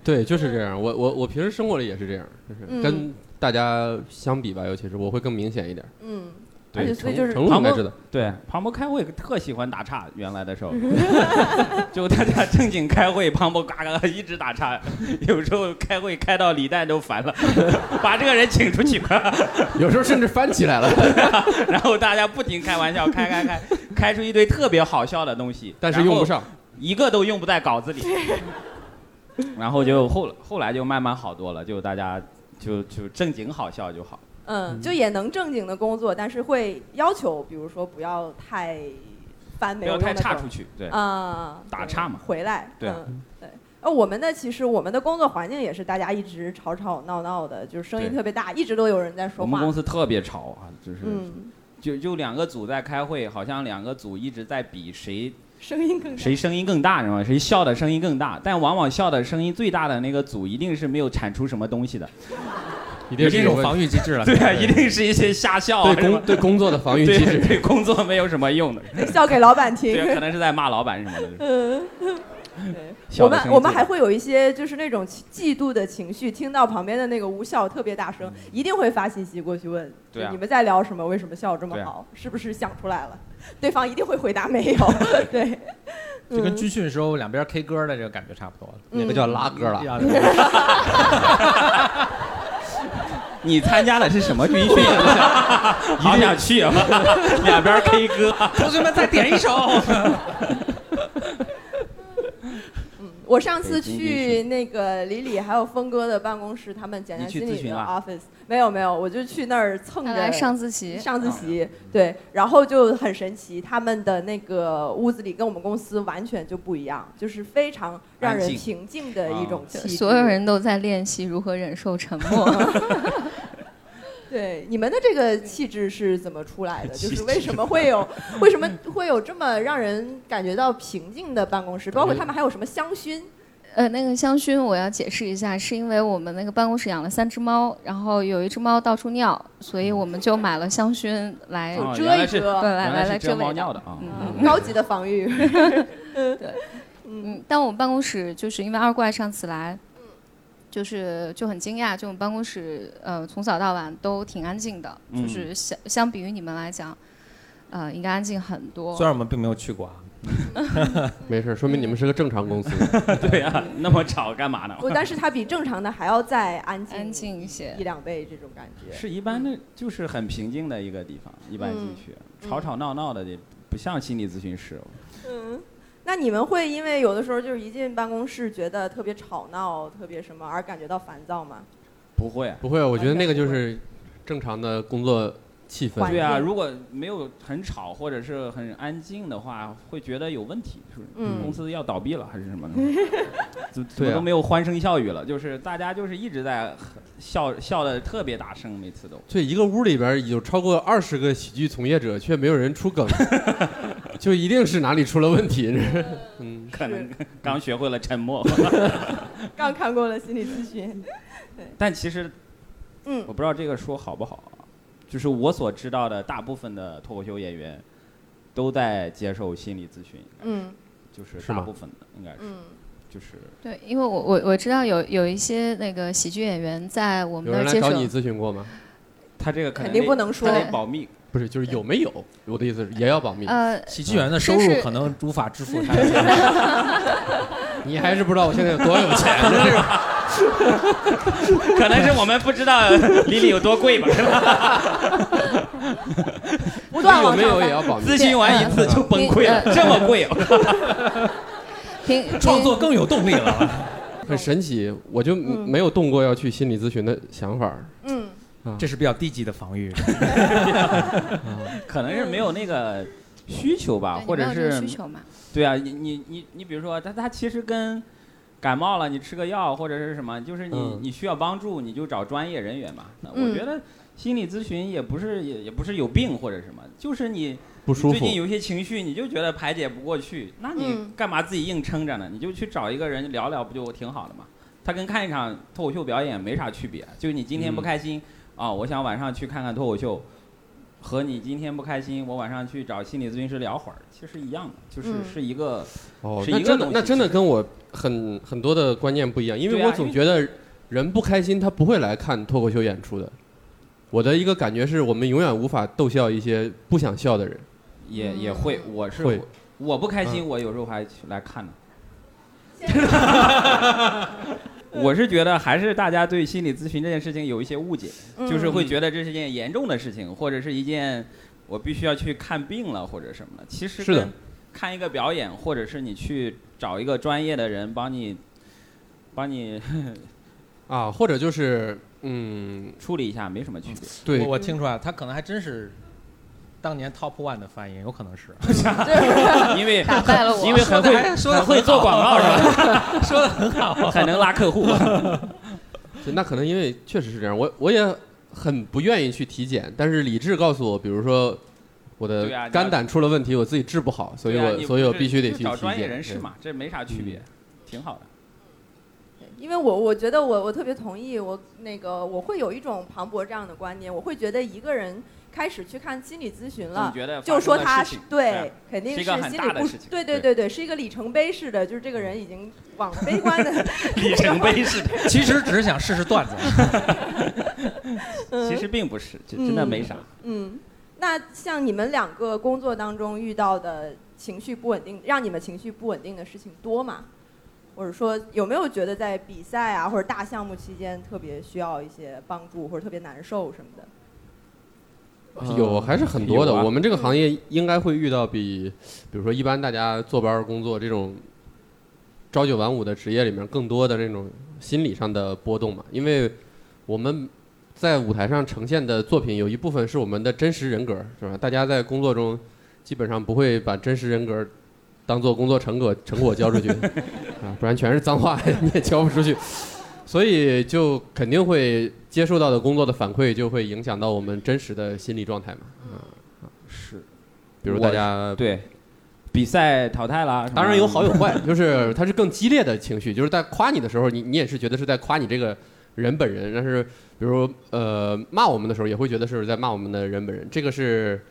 C: 对，就是这样。我我我平时生活里也是这样，就是
B: 嗯
C: 跟大家相比吧，尤其是我会更明显一点。
B: 嗯，
D: 对
B: 而且所以就是
C: 程璐应该知道，
D: 对，庞博开会特喜欢打岔，原来的时候，
B: 嗯
D: (laughs) 就大家正经开会，庞博嘎嘎一直打岔，有时候开会开到李诞都烦了， (laughs) 把这个人请出去吧。 (laughs)
C: 有时候甚至翻起
B: (laughs)
C: 来了，
D: 然后大家不停开玩笑，开开开，开出一堆特别好笑的东西，
C: 但是用
D: 然后
C: 不上。
D: 一个都用不在稿子里。然后就后后来就慢慢好多了，就大家就就正经好笑就好。
B: 嗯，就也能正经的工作，但是会要求，比如说不要太翻
D: 不
B: 没有
D: 要
B: 用的
D: 太差
B: 梗
D: 出去，对，
B: 啊，
D: 打
B: 对
D: 岔嘛
B: 回来，
D: 对啊
B: 嗯，对。呃，我们的其实我们的工作环境也是大家一直吵吵闹闹的，就是声音
D: 对
B: 特别大，一直都有人在
D: 我
B: 说
D: 们公
B: 话。
D: 司特别吵啊，就是、
B: 嗯，
D: 就就两个组在开会，好像两个组一直在比谁
B: 声音更大
D: 谁声音更大，你知道吗？谁笑的声音更大，但往往笑的声音最大的那个组一定是没有产出什么东西 (laughs) 的，
C: 一定
F: 有
C: 是
F: 这
C: 有
F: 种
C: 问
F: 防御机制了。
D: (laughs) 对啊，一定是一些瞎笑啊
C: 对
D: 什么
C: 工对工作的防御机
D: 对
C: 制。
D: 对工作没有什么用的，
B: 笑给老板听。
D: (laughs) 对，可啊能是在骂老板什么的。
B: 嗯， (laughs) 对
D: 笑
B: 我
D: 得
B: 们
D: 声音
B: 我们
D: 最
B: 还
D: 大
B: 会有一些就是那种嫉妒的情绪，听到旁边的那个吴笑特别大声，一定会发信息过去问，
D: 嗯对啊
B: 就你们在聊什么？为什么笑这么
D: 对啊
B: 好？是不是想出来
D: (laughs)
B: 了？对方一定会回答没有。对，
F: 就跟
B: 嗯
F: 军训的时候两边 K 歌的这个感觉差不多。
E: 嗯
F: 嗯
C: 那个叫拉歌了，
F: 要
D: 你参加的是什么军训？ (laughs) 好想去啊！ (laughs) 两边 K 歌，
F: 同学们再点一首。
B: (laughs) 我上次
D: 北京军
B: 去那个李李还有峰哥的办公室，他们简单
D: 你去
B: 心
D: 咨
B: 理
D: 询啊
B: 的
D: 了
B: office 没有没有，我就去那儿蹭
E: 他
B: 着
E: 来上自习，
B: 上自习，对，然后就很神奇，他们的那个屋子里跟我们公司完全就不一样，就是非常让
D: 安
B: 人
D: 静
B: 平静的一种
D: 啊
B: 气
E: 就
B: 质。
E: 所有人都在练习如何忍受沉默。
B: 对你们的这个气质是怎么出 (laughs) 来的？就是为什么会有 (laughs) 为什么会有这么让人感觉到平静的办公室？包括他们还有什么香薰？
E: (laughs) 呃，那个香薰我要解释一下，是因为我们那个办公室养了三只猫，然后有一只猫到处尿，所以我们就买了香薰来
D: 哦
B: 遮
D: 原来
B: 一
D: 是
E: 对
B: 遮，
E: 来来来遮
D: 遮猫
E: 味
D: 尿
E: 道。
D: 的啊！
E: 嗯
B: 嗯高级的防御。 (laughs)
E: 嗯，但我们办公室就是因为二怪上次来，就是就很惊讶，就我们办公室呃从早到晚都挺安静的，
D: 嗯
E: 就是相相比于你们来讲，呃应该安静很多
F: 虽。然我们并没有去过啊，
C: 没事，说明你们是个正常公司。
B: 嗯
D: (laughs) 对啊，那么吵干嘛呢？
B: 不，但是它比正常的还要再安静
E: 安静一些
B: 一两倍这种感觉。
D: 是一般的，就是很平静的一个地方，一般进去吵吵闹闹的，也不像心理咨询室。
B: 嗯，那你们会因为有的时候就是一进办公室觉得特别吵闹、特别什么而感觉到烦躁吗？
D: 不会。
C: 不会，我觉得那个就是正常的工作气氛。
B: 环
D: 对啊，
B: 境
D: 如果没有很吵或者是很安静的话，会觉得有问题，是不是？
B: 嗯
D: 公司要倒闭了还是什么的？怎怎
C: 对啊
D: 么都没有欢声笑语了，就是大家就是一直在笑笑的特别大声，每次都。
C: 这一个屋里边有超过二十个喜剧从业者，却没有人出梗，就一定是哪里出了问题。这嗯，
D: 可能刚学会了沉默，
B: 嗯刚看过了心理咨询，
D: 但其实
B: 嗯
D: 我不知道这个说好不好啊，就是我所知道的大部分的脱口秀演员都在接受心理咨询，
B: 嗯
D: 就是
C: 是
D: 大
C: 吗
D: 部分的应该是
B: 嗯，
D: 就是
E: 对，因为我我我知道有有一些那个喜剧演员在我们
C: 有
E: 的
C: 人来
E: 接
C: 找
E: 受，
C: 你咨询过吗？
D: 他这个可
B: 肯
D: 能
B: 定
D: 得
B: 不能说
D: 他得保密，
C: 不是，就是有没有？我的意思是也要保密。
E: 呃，
F: (laughs) 喜剧人的收
E: 是
F: 入
E: 是
F: 可能无法
E: (laughs)
F: 支付他的
C: 你还是不知道我现在有多有钱，这个
D: 可能是我们不知道李李有多贵吧，是吧？
B: 不断
C: 有
B: 往
C: (laughs) 没
B: 上
C: 有也
B: 翻。
C: 要保密。
D: 咨询完一次
E: 嗯
D: 就崩溃了，这么贵，哦
E: 平
F: 创作更有动力了。
C: 很神奇，我就
B: 嗯
C: 没有动过要去心理咨询的想法儿。
B: (laughs) 嗯，
F: 这是比较低级的防御，
D: 可能是没有那个需求吧，
E: 嗯对
D: 啊或者
E: 你没有这
D: 是
E: 个需求嘛，
D: 对啊，你你你你比如说，他他其实跟感冒了，你吃个药或者是什么，就是你、
C: 嗯
D: 你需要帮助，你就找专业人员嘛。那
B: 嗯
D: 我觉得心理咨询也不是也也不是有病或者什么，就是你
C: 不舒
D: 最
C: 服
D: 近，有一些情绪，你就觉得排解不过去，那你
B: 嗯
D: 干嘛自己硬撑着呢？你就去找一个人聊聊，不就挺好的嘛？他跟看一场脱口秀表演没啥区别，就是你今天不
C: 嗯
D: 开心啊、我想晚上去看看脱口秀，和你今天不开心，我晚上去找心理咨询师聊会儿，其实一样的，就是
B: 嗯
D: 是一个。
C: 哦
D: 是
C: 那
D: 一个
C: 真的
D: 东西
C: 那真的
D: 其实
C: 跟我很很多的观念不一样，因为
D: 对啊
C: 我总觉得人不开心，他不会来看脱口秀演出的。我的一个感觉是我们永远无法逗笑一些不想笑的人。
D: 也也会，我是
C: 嗯会嗯
D: 我不开心，我有时候还去来看呢。
B: 嗯
D: 我是觉得还是大家对心理咨询这件事情有一些误解，
B: 嗯
D: 就是会觉得这是一件严重的事情，或者是一件我必须要去看病了或者什么的。其实
C: 是的
D: 跟看一个表演，或者是你去找一个专业的人帮你帮你 (laughs)
C: 啊，或者就是嗯，
D: 处理一下，没什么区别。
C: 对
F: 我，我听出来，他可能还真是当年 Top One 的翻译，有可能是。
B: 嗯
D: 因为
E: 打败了我
D: 因为很
F: 说得
D: 会
F: 还 (laughs) 说得
D: 很会
F: 很
D: 做
F: 好
D: 广告是吧？ (laughs)
F: 说的很好，
D: 很能拉客
F: (laughs)
D: 户。
C: 就那可能因为确实是这样，我我也很不愿意去体检，但是理智告诉我，比如说我
D: 对啊
C: 的
D: 你
C: 肝
D: 要
C: 胆出了问题，我自己治不好，所以
D: 对啊
C: 我、
D: 你
C: 所以我
D: 不是
C: 必须得
D: 就
C: 去
D: 找
C: 体
D: 专业
C: 检。
D: 人士
C: 对嗯
D: 嘛，这没啥区别，挺好的。
B: 因为我我觉得我我特别同意，我那个我会有一种庞博这样的观念，我会觉得一个人开始去看心理咨询
D: 总
B: 了。
D: 觉得
B: 就
D: 发生
B: 说
D: 的
B: 他
D: 事
B: 是
D: 情
B: 对， (laughs) 肯定
D: 是一个很
B: 心
D: 大
B: 里
D: 的
B: 不
D: 事情
B: 对
D: 对
B: 对对对，是一个里程碑式的，就是这个人已经往悲观的
D: (laughs) 里程碑是，
F: 其实只是想试试段子。
D: (laughs) 其实并不是，就真的没啥。
B: 嗯，那像你们两个工作当中遇到的情绪不稳定，让你们情绪不稳定的事情多吗？或者说有没有觉得在比赛啊或者大项目期间特别需要一些帮助或者特别难受什么的？
C: 有还是很多的。
D: 有啊
C: 我们这个行业应该会遇到比，比如说一般大家坐班儿工作这种朝九晚五的职业里面，更多的那种心理上的波动嘛。因为我们在舞台上呈现的作品，有一部分是我们的真实人格，是吧？大家在工作中基本上不会把真实人格当做工作成果成果交出去 (laughs) 啊，不然全是脏话，你也交不出去。所以就肯定会接受到的工作的反馈，就会影响到我们真实的心理状态嘛。
D: 是，
C: 比如大家，
D: 对，比赛淘汰了，
C: 当然有好
D: 友，
C: 有坏， (laughs) 就是它是更激烈的情绪，就是在夸你的时候，你你也是觉得是在夸你这个人本人，但是比如呃骂我们的时候，也会觉得是在骂我们的人本人，这个是。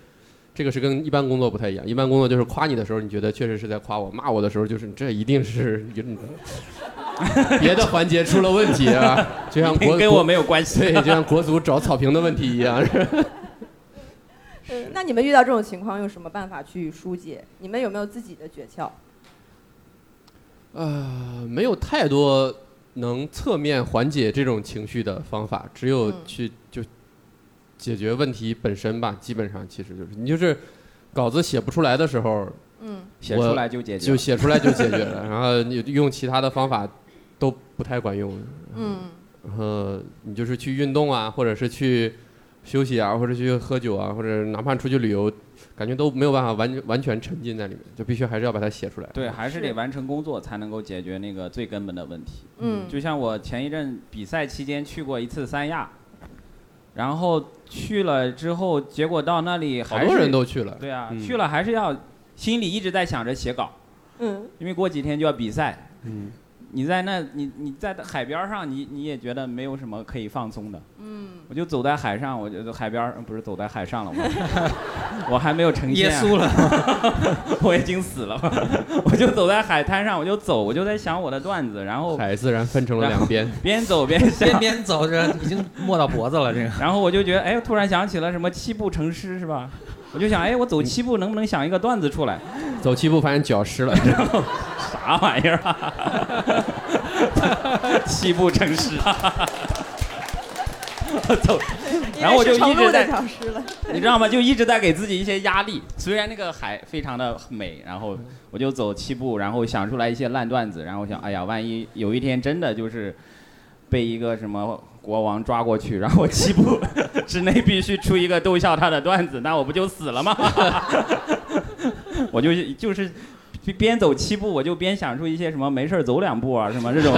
C: 这个是跟一般工作不太一样，一般工作就是夸你的时候，你觉得确实是在夸我；骂我的时候，就是这一定是别的环节出了问题啊，就
D: (laughs)
C: 像国
D: 跟我没有关
C: 对，
D: 系。
C: 就像国足找草坪的问题一样。
B: 嗯那你们遇到这种情况用什么办法去疏解？你们有没有自己的诀窍？
C: 呃，没有太多能侧面缓解这种情绪的方法，只有
B: 嗯
C: 去就解决问题本身吧。基本上其实就是你就是稿子写不出来的时候，
B: 嗯
D: 写出来就解决
C: 就
D: 了。
C: 写出来就解决
D: (laughs)
C: 了，然后你用其他的方法都不太管用。
B: 嗯，
C: 然后你就是去运动啊，或者是去休息啊，或者去喝酒啊，或者哪怕出去旅游，感觉都没有办法完完全沉浸在里面，就必须还是要把它写出来。
D: 对，还是得
B: 是
D: 完成工作才能够解决那个最根本的问题。
B: 嗯
D: 就像我前一阵比赛期间去过一次三亚，然后去了之后，结果到那里
C: 好
D: 还
C: 多
D: 是
C: 人都去了，
D: 对啊，
C: 嗯
D: 去了还是要心里一直在想着写稿，
B: 嗯，
D: 因为过几天就要比赛。
C: 嗯，
D: 你在那，你你在海边上，你你也觉得没有什么可以放松的。嗯，我就走在海上，我觉 (laughs) 得海边儿不是走在海上了，我我还没有成仙、
F: 耶稣了，
D: (laughs) 我已经死了， (laughs) 我就走在海滩上，我就走，我就在想我的段子，然后
C: 海自然分成了两边。
D: 边走边
F: (laughs) 边
D: 想，
F: 边走着已经没到脖子了，这个
D: 然后我就觉得，哎，突然想起了什么七步成诗是吧？我就想，哎，我走七步能不能想一个段子出来？
C: 走七步发现脚湿了，
D: 啥玩意儿啊？七步成诗。 (laughs) 我走，然后我就一直在
B: 的小失了。
D: (laughs) 你知道吗？就一直在给自己一些压力。虽然那个海非常的美，然后我就走七步，然后想出来一些烂段子，然后想，哎呀，万一有一天真的就是被一个什么国王抓过去，然后我七步之内必须出一个逗笑他的段子，那我不就死了吗？ (laughs) 我就是就是。边走七步，我就边想出一些什么没事儿走两步啊，什么这种，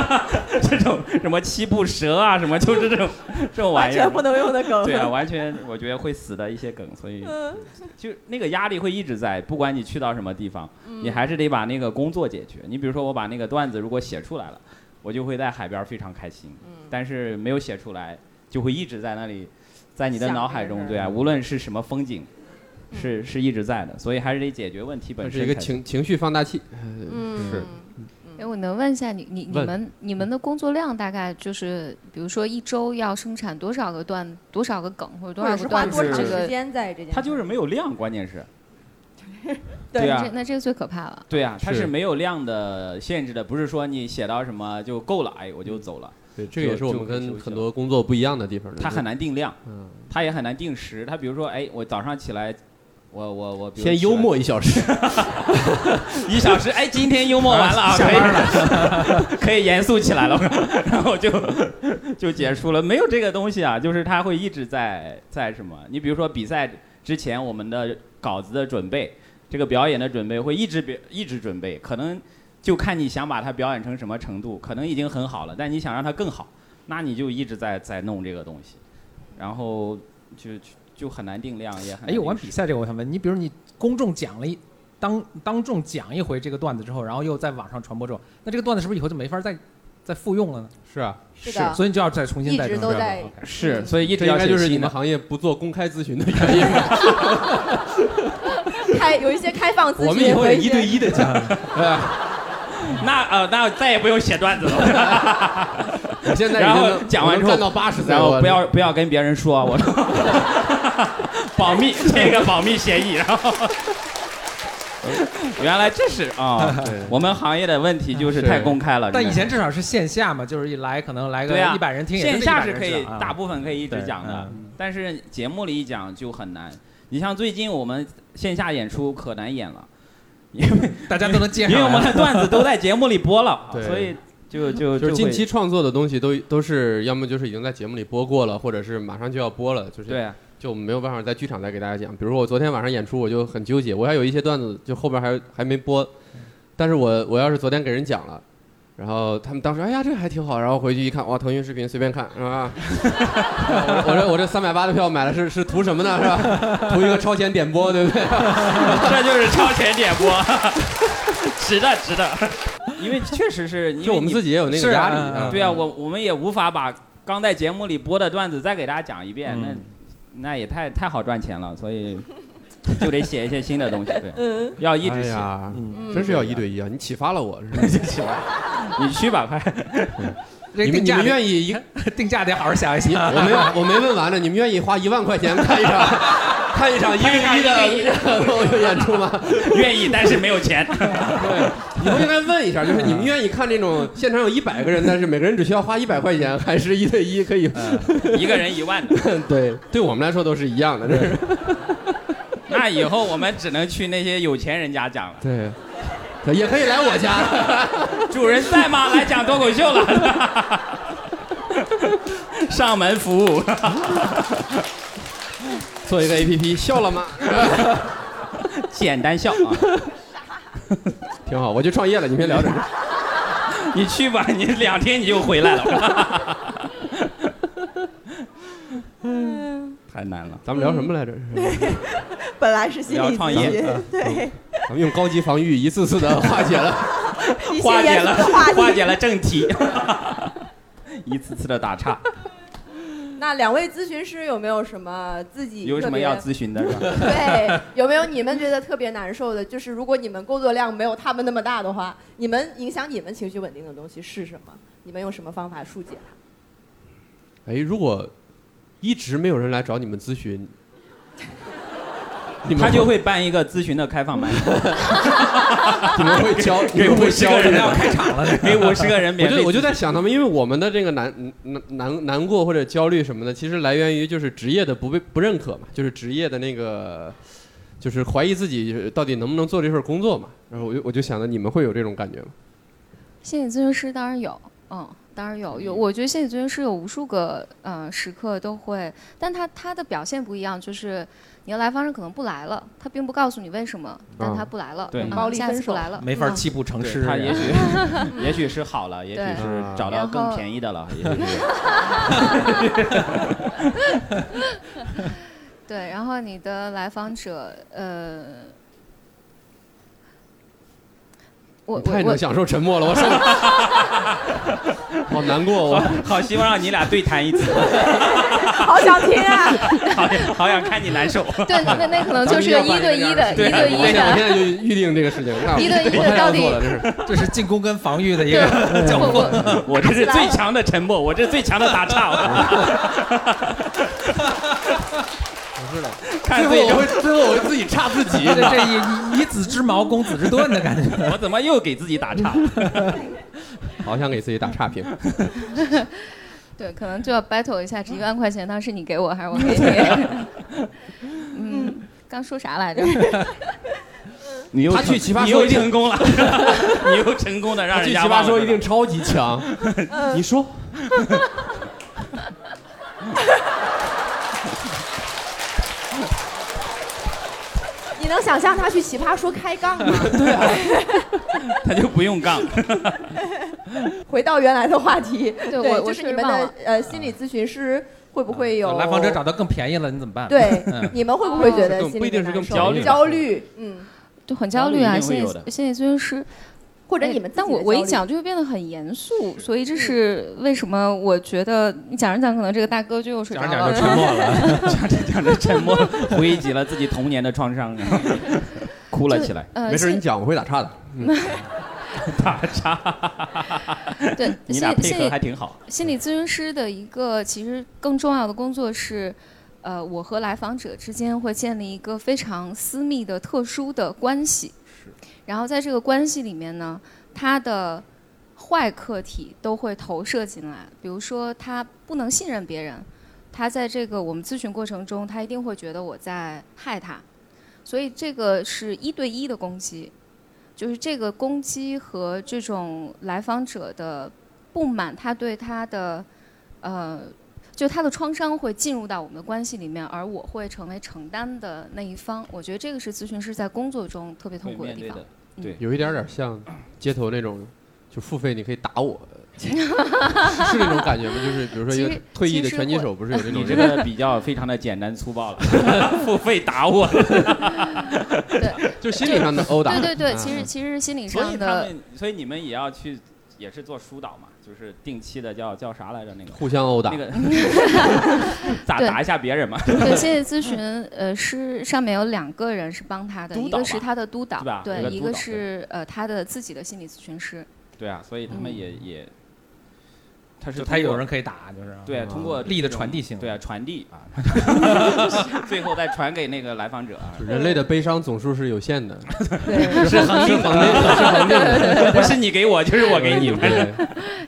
D: (laughs) 这种什么七步蛇啊，什么就是这种这种玩
B: (laughs) 完
D: 意儿
B: 全。不能用的梗。
D: (laughs) 对啊，完全我觉得会死的一些梗，所以
B: 嗯，
D: 就那个压力会一直在，不管你去到什么地方，你还是得把那个工作解决。你比如说，我把那个段子如果写出来了，我就会在海边非常开心，
B: 嗯
D: 但是没有写出来，就会一直在那里，在你的
B: 想
D: 脑
B: 这
D: 海
B: 个
D: 中，
B: 事
D: 对啊，无论是什么风景，是是一直在的，所以还是得解决问题
C: (laughs)
D: 本
C: 这
D: 身
C: 是一个
D: 才行。
C: 情情绪放大器。
B: 嗯
C: 是
E: 哎，我能问一下你，你你
C: 问
E: 们你们的工作量大概就是，比如说一周要生产多少个段、多少个梗或者多
B: 或
E: 少
B: 者是
E: 个
B: 花
E: 段
B: 多
E: 子？
B: 长
E: 这
B: 时
E: 个
B: 间在这件事？
D: 它就是没有量，关键是。
B: 对
D: 对啊，
E: 这那这个最可怕了。
D: 对啊，它
C: 是
D: 是没有量的限制的，不是说你写到什么就够了，哎，我就走了，
C: 对，这个也是我们
D: 就可以
C: 跟
D: 休息
C: 很
D: 了
C: 多工作不一样的地方。
D: 它很难定量。
C: 嗯，
D: 他也很难定时。他比如说，哎，我早上起来，我我我，比如
C: 先
D: 起来
C: 幽默一小时，
D: 一小时，哎，今天幽默完了啊，
F: (laughs) 下
D: 可
F: 班
D: 以可以 (laughs) 严肃起来了，然后就就结束了。没有这个东西啊，就是他会一直在在什么？你比如说比赛之前，我们的稿子的准备，这个表演的准备会一直表一直准备，可能就看你想把它表演成什么程度，可能已经很好了，但你想让它更好，那你就一直在在弄这个东西，然后就就就很难定量，也很难
F: (laughs) 哎，有关
D: 定时
F: 比赛这个我想问你，比如你公众讲了一当当众讲一回这个段子之后，然后又在网上传播之后，那这个段子是不是以后就没法再再复用了呢？
C: 是 (laughs) 啊，
B: 是的，
F: 所以你就要再重新
B: 一
F: 再
B: 直
F: 整
B: 都
F: 这个
B: 在
F: OK
D: 是，所以一
C: 嗯这
D: 直
C: 应
D: 要
C: 该
D: 写
C: 就是你
D: 新
C: 们
D: 的。
C: 行业不做公开咨询的原因。
B: 开有一些开放咨
C: 我们以
B: 询
C: 后
B: 和
C: 也
B: 一
C: 一
B: 些
C: 对一的
F: (laughs)
C: 讲，
F: 啊
D: 那呃，那再也不用写段子了，
C: (laughs)
F: (laughs)
C: 我现在
D: 然后
C: 已经能
D: 讲完
C: 我能
D: 之后
C: 干到八十岁
D: 然后
C: 了
D: 不要不要跟别人说，啊我 (laughs) 保密这个保密协议，然后。 (laughs) 原来这是啊、
F: (laughs)
C: 对
D: 我们行业的问题就是
C: 是
D: 太公开了。
F: 啊但以
D: 真的
F: 前至少是线下嘛，就是一来可能来个
D: 对啊
F: 一百人听，也
D: 线
F: 就
D: 下
F: 100
D: 是
F: 人
D: 可以
F: 知道啊
D: 大部分可以一直讲
F: 对
D: 的
F: 嗯，
D: 但是节目里一讲就很难。你像最近我们线下演出可难演了，因为
F: 大家都能啊接
D: 因为我
F: 上
D: 们
F: 来。
D: 的段子都在节目里播了，
C: 对
D: 所以就就
C: 就是
D: 会
C: 近期创作的东西都都是要么就是已经在节目里播过了，或者是马上就要播了，就是
D: 对啊
C: 就没有办法在剧场再给大家讲。比如说我昨天晚上演出，我就很纠结，我还有一些段子就后边还还没播，但是我我要是昨天给人讲了。然后他们当时，哎呀，这个还挺好。然后回去一看，哇，腾讯视频随便看啊！我 (laughs) 我这我这三百八的票买了是是图什么呢？是吧？ (laughs) 图一个超前点播，对不对？
D: 这就是超前点播，值得值得。 (laughs) 因为确实是，因为
C: 就我们
D: 你
C: 自己也有那
F: 是
C: 个
F: 啊
C: 压力。
F: 啊啊
D: 对啊，我我们也无法把刚在节目里播的段子再给大家讲一遍，
F: 嗯
D: 那那也太太好赚钱了，所以就得写一些新的东西，对， (laughs) 要一直
C: 哎
D: 写。
C: 呀，
F: 嗯
C: 真是要一对一啊！你启发了我，是吧
D: 你去吧，快！
F: (laughs) 这
C: 你
F: 个
C: 们
F: 定
C: 你
F: 价
C: 们
F: 得
C: 愿意一
F: 定价得好好想一想。
C: 我没有，我没问完呢。你们愿意花一万块钱看一场看一场一对一的演出吗？
D: 愿意，但是没有钱。 (laughs)
C: 以后应该问一下，就是你们愿意看这种现场有一百个人，但是每个人只需要花一百块钱，还是一对一可以？
D: 一个人一万的，
C: 对，对我们来说都是一样的。这是
D: 那以后我们只能去那些有钱人家讲了。
C: 对，也可以来我家。
D: 主人在吗？来讲脱口秀了。 (laughs) 上门服务，
C: 做一个 A P P，笑了吗？
D: 简单笑啊！
C: 挺好，我去创业了，你们聊点。
D: 你去吧，你两天你就回来了。 (laughs) 太难了，
C: 咱们聊什么来着？
B: 本来是心
D: 聊
B: 理
D: 创
B: 咨
D: 业
B: 询
C: 啊，
B: 对，
C: 咱们用高级防御一次次的化解了。
B: 一些
D: 化解
B: 严肃
D: 了
B: 的话，
D: 化
B: 题。
D: 解了正题， (laughs) 一次次的打岔。
B: 那两位咨询师有没有什么自己
D: 有什么
B: 特别
D: 要咨询的？是吧？
B: (laughs) 对，有没有你们觉得特别难受的？就是如果你们工作量没有他们那么大的话，你们影响你们情绪稳定的东西是什么？你们用什么方法疏解它？
C: 哎，如果一直没有人来找你们咨询，你们
D: 他就会办一个咨询的开 (laughs) 放麦，
C: 你们会 (laughs) 教，你
D: 给
C: 们
D: 五
C: 会
D: 十
C: 教
D: 个
C: 人
D: 人
C: 的
D: 要。开场了， (laughs) 给五十个人
C: 我
D: 免费咨
C: 就
D: 询。
C: 我就在想他们，因为我们的这个难难难难过或者焦虑什么的，其实来源于就是职业的不被不认可嘛，就是职业的那个，就是怀疑自己到底能不能做这份工作嘛。然后我就我就想着你们会有这种感觉吗？
E: 心理咨询师当然有，嗯，当然有有。我觉得心理咨询师有无数个呃时刻都会，但他他的表现不一样，就是你的来访者可能不来了，他并不告诉你为什么，但他不来了，
D: 对
E: 嗯
B: 暴力
E: 下次
B: 分手
E: 不来了，
F: 没法
E: 嗯
F: 泣不成
D: 对
F: 诗。啊
D: 他也 (laughs)
F: 然后
D: 许也许是好了，也许
E: 对
D: 是找到
E: 然后
D: 更便宜的了，也许是
E: 对，然后你的来访者，呃，我
C: 你太
E: 我
C: 能享受沉默了，我受不
E: (laughs)
C: 了，好难过，我
D: (laughs) 好希望让你俩对谈一次， (laughs)
B: 好想听啊！
D: 好好想看你难受。
E: 我对，那那可能
F: 咱
E: 就
F: 们
E: 是个
F: 一定要
E: 一对
F: 把这
E: 一
F: 个
E: 的，
D: 对
E: 一对
C: 我
E: 一
C: 现在我现
E: 的。
C: 在就预定这个事
E: (laughs)
C: 情，那我
E: 一对一的
C: 我太要
E: 到底
C: 做了，这是
F: 这是进攻跟防御的一
E: 对，
F: 个。
E: 我
F: (laughs)
E: 我
D: (laughs) 我这是最强的沉默，我这是最强的打岔。我
C: 不是的。
D: (laughs) 看
C: 最
D: 最
C: 后我会最后我会自己插自己，你知
F: 这
C: 道吗
F: 这以以子之矛攻子之盾的感觉，
D: (laughs) 我怎么又给自己打岔？
C: 好想给自己打
D: (laughs)
C: 差评。
E: 对，可能就要 battle 一下，这一万块钱，当时你给我还是我给你？嗯，刚说啥来着？
D: 你又
C: 他去
D: 成
C: 奇葩说
D: 你又
C: 一定
D: 成功了， (laughs) 你又成功的让
C: 他
D: 人
C: 去奇
D: 家
C: 葩
D: 忘
C: 说
D: 了
C: 一定超级强，
E: 嗯
C: 你说
B: 你能想象他去奇葩说开杠 (laughs) 吗？
D: 他就不
C: (laughs)
D: 用杠。
B: 回到原来的话题，
E: 对我
B: 就
E: 我
B: 是
E: 是
B: 你们
E: 忘
B: 的
E: 了
B: 呃心理咨询师会不会有
F: 来访者找到更便宜了，你怎么办？
B: 对
F: (laughs) 嗯，
B: 你们会不会觉得
C: 更
B: 心
C: 不
B: 里
C: 一定
B: 面难
C: 是更
B: 受？
D: 焦虑吧
B: 焦虑，嗯，
E: 就很焦
D: 虑
E: 虑啊，
D: 一定会
E: 心
D: 有的
E: 理心理咨询师。
B: 或者
E: 哎
B: 你们自己
E: 但
B: 的
E: 我我
B: 焦
E: 一
B: 虑
E: 讲就会变得很严肃，所以这是为什么我觉得你讲着讲着可能这个大哥就又睡着
F: 讲
E: 了。
F: 着讲着沉默 (laughs) 了，
D: 讲着讲着沉默，回忆起了自己童年的创
E: (laughs)
D: 伤，然后哭了起来。
E: 呃，
C: 没事，
E: 心
C: 你讲我会打岔的。
D: 打岔，
E: 对，
D: 你
E: 心
D: 俩
E: 理
D: 配
E: 心
D: 合
E: 理
D: 还挺好。
E: 心理咨询师的一个其实更重要的工作是，呃，我和来访者之间会建立一个非常私密的、特殊的关系。然后在这个关系里面呢，他的坏课题都会投射进来，比如说他不能信任别人，他在这个我们咨询过程中，他一定会觉得我在害他，所以这个是一对一的攻击，就是这个攻击和这种来访者的不满，他对他的，呃，就他的创伤会进入到我们的关系里面，而我会成为承担的那一方。我觉得这个是咨询师在工作中特别痛苦的
D: 面
E: 地
D: 对
E: 方
D: 的。，对
C: 有一点点像街头那种，就付费你可以打
E: (laughs)
C: 我，是那种感觉吗？就是比如说一
E: 其
C: 个
E: 实
C: 退役的
E: 其实
C: 拳击手，不是有那种
D: 你这
C: 人
D: 个比较非常的简单粗暴 (laughs) 了，付费打我。
C: 就心理上的殴打？
E: 对对对，
C: 啊
E: 其实其实是心理
D: 嗯所以
E: 上
D: 他
E: 的，
D: 们，所以你们也要去，也是做疏导嘛，就是定期的叫叫啥来着？那个
C: 互相殴打
D: 那， (laughs) 个咋打一下别人嘛， (laughs)
E: 对心理咨询，呃，是上面有两个人是帮他的，
D: 督
E: 一
D: 导
E: 个是
D: 吧
E: 他的督导
D: 对吧，有
E: 对
D: 个，
E: 一
D: 督
E: 个
D: 导
E: 是呃他的自己的心理咨询师。
D: 对啊，所以他们也也，他是
F: 就
D: 通
F: 他有
D: 过
F: 人可以打，就是
D: 对啊通过
F: 力的
D: 这种
F: 传递性
D: 对啊传递啊， (laughs) 最后再传给那个来访者啊，
F: (laughs)
C: 人类的悲伤总数是有限
D: (laughs)
C: 的，
B: 对，
C: 是恒定的，是恒定的，
D: 不是你给我就是我给你
F: (laughs)
D: 们。
C: 对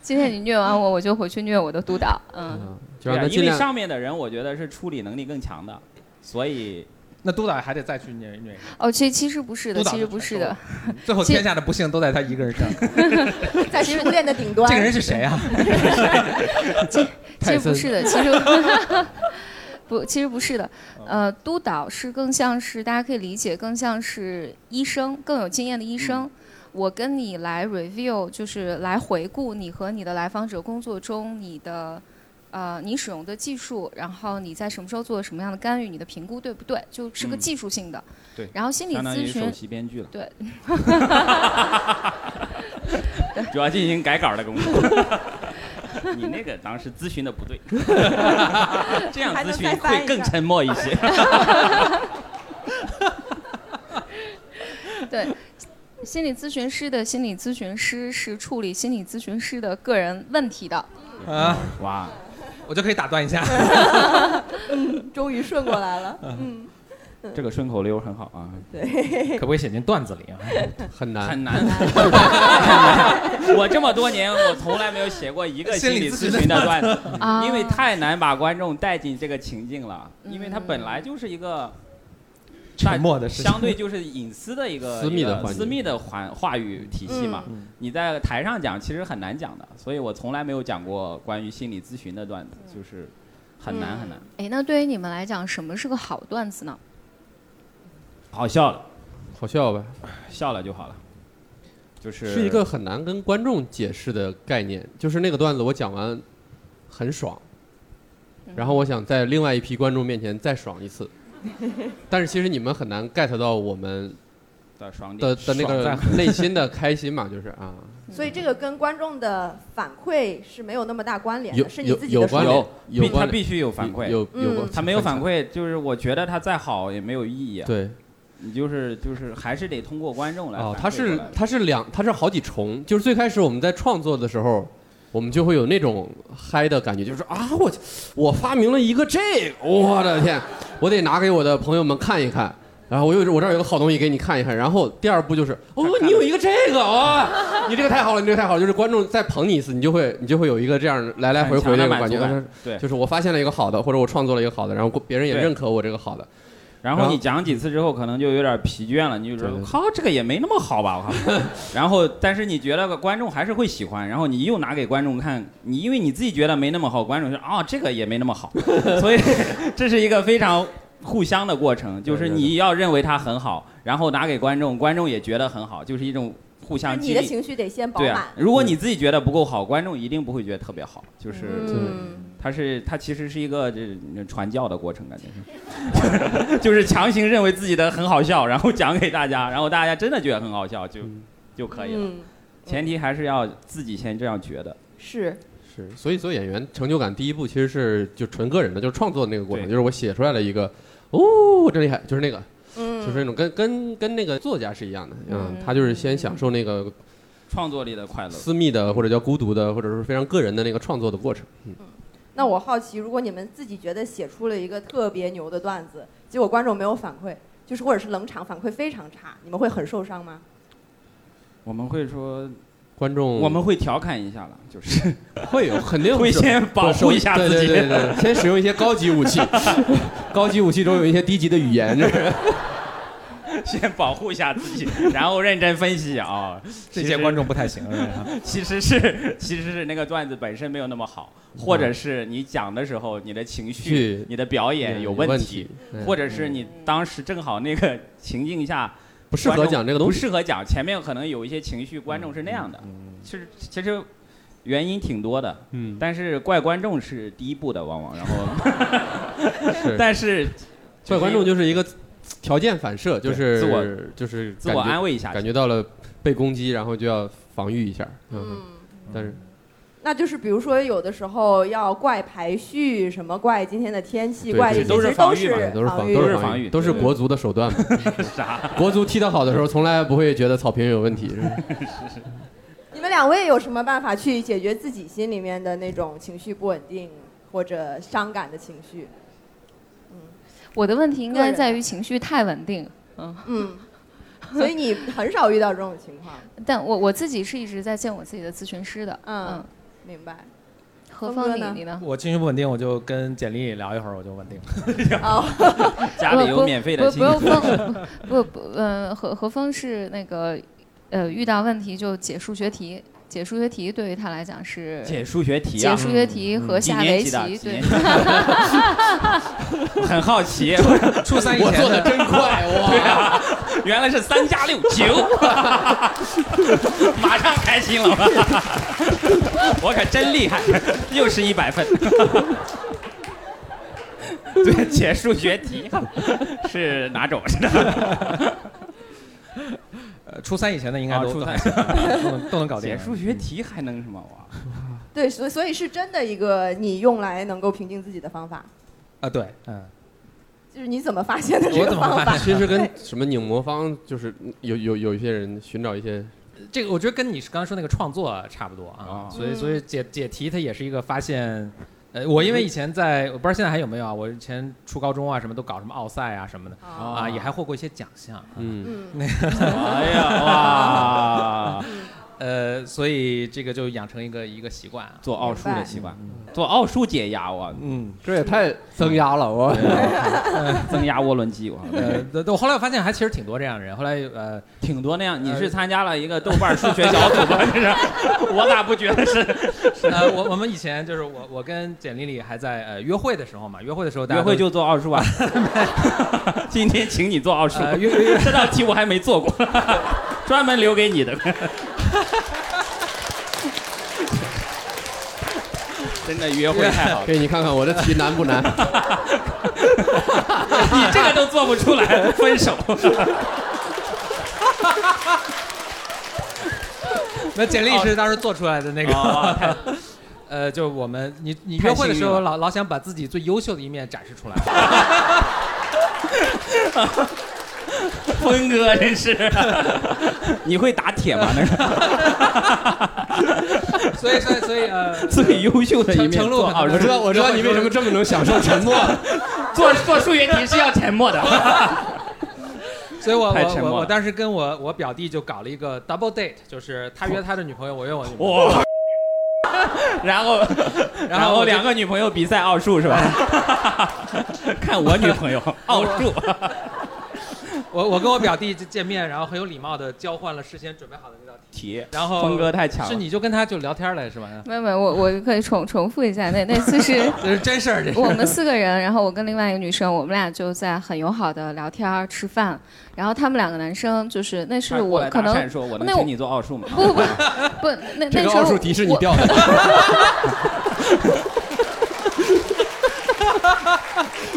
E: 今天你虐完
D: (laughs)
E: 我，我就回去虐我的督导。嗯，
C: 嗯就
D: 对
C: 让他
D: 啊，因
C: 尽
D: 为
C: 量
D: 上面的人我觉得是处理能力更强的，所以
F: 那督导还得再去虐
B: (laughs)
F: 虐一下，
E: 哦，其其实不是的，
F: 督导
E: 其
F: 就
E: 实不
F: 传
E: 是
F: 授
E: 的
F: 了，最后
E: 其
F: 天下的不幸都在他一个人身
B: (laughs)
F: 上。
B: 在食物链的顶端
F: 这个人是谁啊？
E: 其
F: 泰
E: 实不
F: 森
E: 是的，其实不， (laughs) 其实不是的。
D: 嗯
E: 呃，督导是更像是大家可以理解，更像是医生，更有经验的医生。
D: 嗯
E: 我跟你来 review，就是来回顾你和你的来访者工作中你的。呃，你使用的技术，然后你在什么时候做了什么样的干预，你的评估对不对，就是个
D: 嗯
E: 技术性的。
D: 对
E: 然后心理
D: 相当
E: 咨
D: 于首
E: 询，
D: 席编剧了。
E: 对，
D: (laughs) 主要进行改稿的工作。 (laughs) 你那个当时咨询的不 (laughs) 对，这样咨询会更沉默一 (laughs) 些。
E: 对，心理咨询师的心理咨询师是处理心理咨询师的个人问题的。
F: 啊，
D: 哇，
F: 我就可以打断一下。
B: 终于顺过来了。嗯，
D: 这个顺口溜很好啊，
F: (laughs) 可不可以写进段子里啊？
C: 很难。
D: 很 (laughs) 难。 (laughs) 我这么多年，我从来没有写过一个心理咨询的段子，
E: 啊
D: 嗯因为太难把观众带进这个情境了，因为它
E: 嗯
D: 本来就是一个。
F: 沉默的事情
D: 相对就是隐私的一个
C: 私密的
D: 一个
C: 环节
D: 私密的环话语体系嘛，
F: 嗯
D: 你在台上讲其实很难讲的，所以我从来没有讲过关于心理咨询的段子，就是很难很难，
E: 哎，那对于你们来讲，什么是个好段子呢？
D: 好笑了，
C: 好笑吧？
D: 笑了就好了，就是
C: 是一个很难跟观众解释的概念，就是那个段子我讲完很爽，
E: 嗯
C: 然后我想在另外一批观众面前再爽一
E: (laughs)
C: 次，但是其实你们很难 get 到我们
D: 的爽点
C: 的的那
F: 爽在
C: 个内心的开心嘛，就是啊，
B: 所以这个跟观众的反馈是没有那么大关
D: 啊
B: 联
C: 有
B: 的，是你
C: 有
B: 自己
C: 有
B: 的说
C: 关
B: 法。
C: 联
D: 有，
C: 有
D: 必他
C: 关
D: 必须有反馈，
C: 有有
B: 嗯
C: 关，
D: 他没有反馈，就是我觉得他再好也没有意义啊，
C: 对
D: 你就是就是还是得通过观众来反馈过
C: 哦
D: 来，
C: 它是它是两，它是好几重。就是最开始我们在创作的时候，我们就会有那种嗨的感觉，就是啊，我我发明了一个这个，我的天，我得拿给我的朋友们看一看。然后我有我这儿有个好东西给你看一看。然后第二步就是，哦
D: 看，了
C: 你有一个这个哇，你这个太好了，你这个太好了，就是观众再捧你一次，你就会你就会有一个这样来来回回那
D: 很强的
C: 种
D: 满
C: 感觉，啊
D: 足
C: 就是
D: 感对，
C: 就是我发现了一个好的，或者我创作了一个好的，然后别人也
D: 对
C: 认可我这个好的。
D: 然
C: 然
D: 后
C: 后
D: 你讲几次之后，可能就有点疲倦了，你就觉
C: 对
D: 得
C: 对
D: 靠，这个也没那么好吧，我靠。然后，但是你觉得观众还是会喜欢，然后你又拿给观众看，你因为你自己觉得没那么好，观众说啊、这个也没那
C: (laughs)
D: 么好，所以这是一个非常互相的过程，就
C: 对
D: 是
C: 对
D: 你要认为它很好，然后拿给观众，观众也觉得很好，就是一种互
B: 那
D: 相
B: 你
D: 激
B: 的
D: 励。
B: 情绪得先饱
D: 对
B: 满。
D: 啊，如果你自己觉得不够好，观众一定不会觉得特别好，就是。
B: 嗯，
D: 它是它其实是一个这这传教的过程，感觉是， (laughs) 就是强行认为自己的很好笑，然后讲给大家，然后大家真的觉得很好笑就、
C: 嗯
D: 就可以了。
B: 嗯
D: 前提还是要自己先这样觉得。
B: 是，
C: 是，所以做演员成就感第一步其实是就纯个人的，就是创作的那个过程，
D: 对
C: 就是我写出来了一个，哦，真厉害，就是那个，
B: 嗯，
C: 就是那种跟跟跟那个作家是一样的，嗯
E: 嗯，
C: 他就是先享受那个
D: 创作力的快乐，
C: 私密的或者叫孤独的，或者是非常个人的那个创作的过程。
B: 那我好奇，如果你们自己觉得写出了一个特别牛的段子，结果观众没有反馈，就是或者是冷场反馈非常差，你们会很受伤吗？
D: 我们会说，
C: 观众
D: 我们会调侃一下了，
C: 嗯
D: 就是
C: 会有 (laughs) 肯定
D: 会
C: 是
D: 先保护一下自己。
C: 对
D: (laughs)
C: 对对对对，先使用一些高级武器，高级武器中有一些低级的语言，这是
D: 先保护一下自己，然后认真分
C: (laughs)
D: 析啊、
F: 这些观众不太行。是吧
D: 其实是其实是那个段子本身没有那么好，或者是你讲的时候你的情绪
C: 嗯去、
D: 你的表演有问题
C: 题，，嗯
D: 或者是你当时正好那个情境下
C: 不适合讲这个东
D: 不
C: 西。
D: 适合讲，前面可能有一些情绪，观众是那样的，其实其实原因挺多的，
C: 嗯，
D: 但是怪观众是第一步的，往往然后，
C: (laughs) 是。
D: (laughs) 但是
C: 怪观众就是一个条件反射，就是
D: 自我
C: 就是
D: 自我
C: 感觉
D: 安慰一下，
C: 感觉到了被攻击，然后就要防御一下。嗯，
B: 嗯，
C: 但是
B: 那就是比如说有的时候要怪排序，什么怪今天的天气，
C: 对
B: 怪
C: 对
B: 这些
D: 都是
B: 都
D: 防御嘛
C: 都是防
B: 御
D: 都
C: 都
D: 是
C: 是
D: 防御
C: 都是
B: 对
C: 国足的手段嘛。
D: (laughs) 啥？
C: 国足踢得好的时候，从来不会觉得草坪有问
D: (laughs)
C: 题。是吧
B: 你们两位有什么办法去解决自己心里面的那种情绪不稳定或者伤感的情绪？
E: 我的问题应
B: 个
E: 该
B: 人啊
E: 在
B: 的
E: 于情绪太稳定。嗯，
B: 嗯，所以你很少遇到这种情况，
E: 但我我自己是一直在见我自己的咨询师的。
B: 嗯明白？
E: 嗯何
B: 峰
E: 峰
B: 哥
E: 你
B: 呢
E: 你呢？
F: (laughs) 我情绪不稳定，我就跟简历聊一会儿，我就稳定。
B: 哦，
D: 家里有免费的
E: 不
D: 亲
E: 不用峰，不不，嗯，何何峰是那个，呃，遇到问题就解数学题，解数学题对于他来讲是
D: 解数学题
E: 解
D: 啊，
E: 数学题和
D: 几
E: 下
D: 年
E: 围
D: 级
E: 棋
D: 的？几
E: 对
D: 年。
E: (laughs)
D: 级？很好奇，
F: 初三以
C: 我
F: 前
C: 做的真快，
D: (laughs)
C: 哇！
D: 啊原来是三加六九， (laughs) 马上开心了，我可真厉害，又是一百 (laughs) 分。对，解数学题是哪种？
F: 呃初三以前的应该
D: 啊
F: 都
D: 初
F: 都
D: 三
F: 还行都能 (laughs) 都能搞定
D: 解。数学题还能什么哇？
B: 对，所所以是真的一个你用来能够平静自己的方法，
F: 啊，对，嗯，
B: 就是你怎么发现的这
F: 我
B: 个
F: 怎么
B: 方
F: 办
B: 法？
C: 其实跟什么拧魔方，就是有有有一些人寻找一些
F: 这个我觉得跟你刚刚说那个创作差不多啊
D: 啊，
F: 所以所以解解题它也是一个发现。呃，我因为以前在，我不知道现在还有没有啊，我以前初高中啊什么都搞什么奥赛啊什么的
B: 哦
F: 啊，也还获过一些奖项。
C: 嗯
B: 嗯，
D: 哎呀哇！
F: 呃，所以这个就养成一个一个习惯啊。
D: 做奥数的习惯，做奥数解压哇，
F: 嗯，
C: 这也太增压了，我
D: 增压涡轮机哇，
F: 呃，对对我后来我发现还其实挺多这样的人。后来呃，
D: 挺多那样。你是参加了一个豆瓣数学小组 (laughs) 吧？这是，呃我咋不觉得是？
F: 呃，我我们以前就是我我跟简丽丽还在呃约会的时候嘛，约会的时候大家
D: 约
F: 都
D: 会就做奥数啊！ (laughs) 今天请你做奥数，
F: 呃约约
D: 这道题我还没做过， (laughs) 专门留给你的。 (laughs) 真的约会太好了，
C: 给你看看我的题难不难？
D: (laughs) 你这个都做不出 (laughs) 来，分手。
F: (laughs) 那简历是当时做出来的那个， (laughs)
D: 哦太
F: 呃，就是我们你你
D: 太
F: 约会的时
D: 幸
F: 候
D: 运
F: 老老想把自己最优秀的一面展示出来，
D: 峰哥真是， (laughs) 你会打铁吗？那个
F: (laughs) 所以所以所以 (laughs)
D: (laughs)
F: 呃，
D: 最优秀的一面
F: 程程璐
D: 做奥
C: 我
D: 数
C: 知，道，我知道你为什么这么能享受沉默。
D: 做做数学题是要沉 (laughs) 默的。
F: 所以我
D: 太沉
F: 我
D: 默
F: 我
D: 了
F: 我当时跟我我表弟就搞了一个 double date，就是他约他的女朋友，我约我的女朋友，
D: 哇！ (laughs) 然后，
F: 哦然
D: 然
F: 后
D: 后
F: 我就
D: 两个女朋友比赛奥数是吧？ (laughs) 看我女 (laughs) 朋友奥数，
F: 我我跟我表弟就见面，然后很有礼貌的交换了事先准备好的 (laughs) 那道题，
D: 题
F: 然后
D: 峰哥太强了，
F: 是你就跟他就聊天了是吧？
E: 没有没有，我我可以重重复一下，那那次是
F: 这是真事儿，这
C: (laughs)
F: 是
E: 我们四个人，然后我跟另外一个女生，我们俩就在很友好的聊天儿吃饭，然后他们两个男生就是那
D: 快
E: 是
D: 过
E: 我
D: 来
E: 可
D: 搭
E: 能
D: 讪说我能
E: 那我
D: 请你做奥数吗？
E: 不不不
C: (laughs)
E: 不，那
C: 这
E: 那
C: 个
E: 时
C: 奥数
E: 候
C: 题是你
E: 我
C: 掉的，
D: (laughs)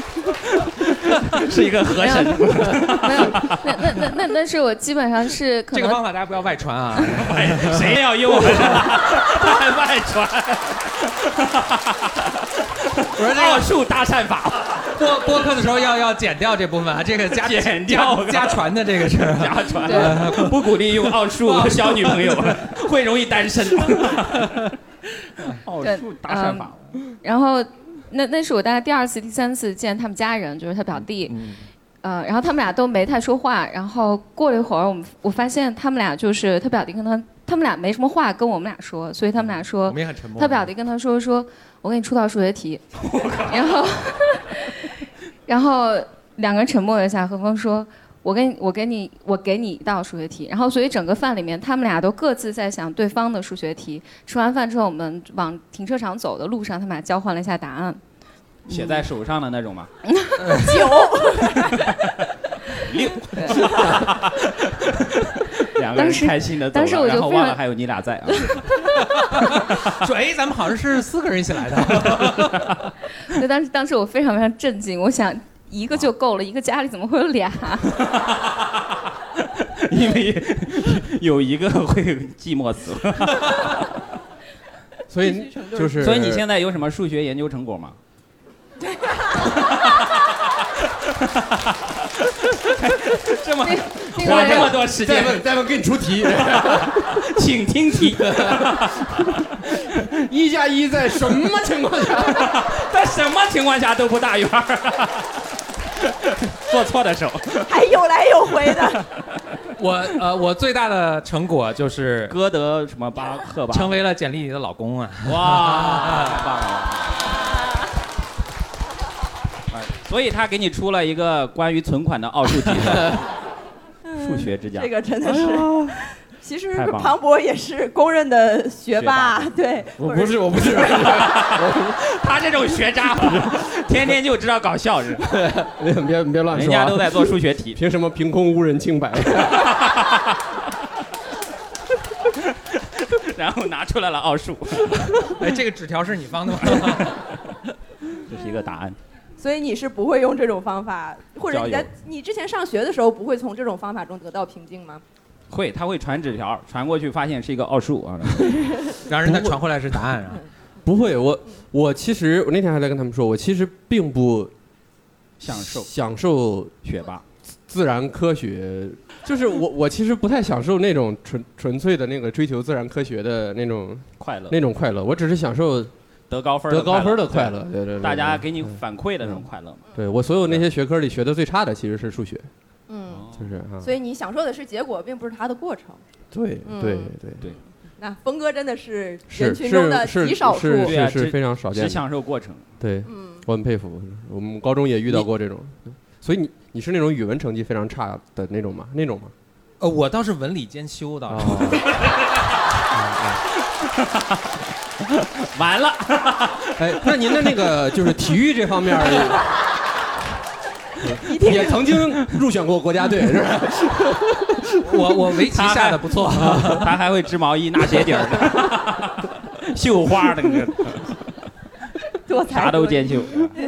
D: 是一个河神，
E: 没有，那那那那那是我基本上是可
F: (laughs) 这个
E: 能
F: 方法大家不要外传啊。
D: (laughs) 谁要用我？他还外传
F: 我说这
D: 奥
F: 个
D: 数搭讪法，
F: 播播客的时候要要剪掉这部分啊，这个 (laughs) 加
D: 剪掉
F: 加加传的这个事儿。
D: 瞎传
E: 对，
D: 不鼓励用奥数和小女
E: (laughs)
D: 朋友，会容易单身。奥
E: 嗯
D: 数搭讪法，
E: 然后那那是我大概第二次、第三次见他们家人，就是他表弟，
C: 嗯
E: 呃，然后他们俩都没太说话。然后过了一会儿，我们我发现他们俩就是他表弟跟他，他们俩没什么话跟我们俩说，所以他们俩
F: 我
E: 说，
F: 们也很沉默。
E: 他表弟跟他说说，我给你出道数学题，然后 (laughs) 然后两个人沉默了一下，何峰说。我给你，我给你，我给你一道数学题。然后，所以整个饭里面，他们俩都各自在想对方的数学题。吃完饭之后，我们往停车场走的路上，他们俩交换了一下答案。
D: 写在手上的那种吗？
E: 嗯
D: (laughs) 两个人
E: 当时
D: 开心的走了，
E: 当时我就
D: 然后
E: 非常
D: 忘了还有你俩在啊。 (laughs)
F: (laughs) 说：“哎，咱们好像是四个人一起来的。
E: 就当时当时我非常非常震惊，我想一个就够了，一个家里怎么会有俩？
D: 因为 (laughs) 有一个会寂寞死。
C: 所以就是，
D: 所以你现在有什么数学研究成果
E: (laughs)
D: 吗？这么
E: 那个那
D: 花这么
E: 个
D: 多时
C: 再
D: 间，
C: 问再问，给你出 (laughs) 题，
D: (laughs) 请听
E: (laughs)
D: 题。
C: 一加一在什么情况下？
D: 在什么情况下都不搭圆 (laughs) 儿，做错的手。
B: 还有来有回的，
F: (laughs) 我呃，我最大的成果就是
D: 歌德什么巴赫吧，
F: 成为了简历里的老公啊。
D: 哇，太棒了！哎所以他给你出了一个关于存款的奥
B: (laughs)
D: 数题的数学之家
B: 这。个真的是，其实
D: 太棒了
B: 庞博也是公认的学霸， (laughs) 对，
G: 我
B: 或者
G: 不是，我
C: (laughs)
G: 不是，
D: 他这种学渣，
B: (laughs)
D: 天天就知道搞笑人，
G: 你别你别乱
D: 人
G: 说、
D: 家都
G: 啊，
D: 在做数
B: (laughs)
D: 学题。
G: 凭什么凭空污人清白？
D: 然后拿出来了奥数，
F: (laughs) 哎，这个纸条是你放的吗？ (laughs)
D: 这是一个答案。
B: 所以你是不会用这种方法，或者你
D: 交
B: 在
D: 友
B: 你之前上学的时候不会从这种方法中得到平静吗？
D: 会，他会传纸条，传过去发现是一个奥数啊。
F: 然后人家传回来是答案啊。
C: (laughs) 不会，我我其实我那天还在跟他们说，我其实并不
D: 享受
C: 享受
D: 学霸，
C: 自然科学，就是我我其实不太享受那种纯纯粹的那个追求自然科学的那种
D: 快乐，
C: 那种快乐，我只是享受
D: 得高分儿
C: 得高呃分的
D: 快
C: 快乐。对对对，
D: 乐，大家
C: 对
D: 给你反馈的那种快乐嘛。
C: 对我所有那些学科里学的最差的其实是数学，
B: 嗯，
D: 哦
C: 就是啊，
B: 所以你享受的是结果，并不是它的过程。
C: 对
B: 嗯
C: 对对，
B: 那峰哥真的是人
C: 是
B: 群中的
C: 是
B: 极
C: 是
B: 少数，
C: 是
D: 对啊
C: 是是
D: 只
C: 非常少见
D: 只
C: 的。
D: 享受过程，
C: 对，
B: 嗯，
C: 我很佩服。我们高中也遇到过这种，所以你你是那种语文成绩非常差的那种吗？那种吗？
F: (laughs) 呃，我倒是文理兼修的。
C: 哦，
D: 完了，
C: 哎，那您的那个就是体育这方面儿
B: 一
C: 也，
B: 定
C: 也曾经入选过国家队是吧？
F: (laughs) 我 (laughs) 我围棋
D: 他
F: 下的不错。啊
D: (laughs) 他还会织毛衣、纳鞋底儿
C: (laughs)
D: 的，绣花的，你这
B: 多才
D: 啥都
B: 多艺
D: 兼修，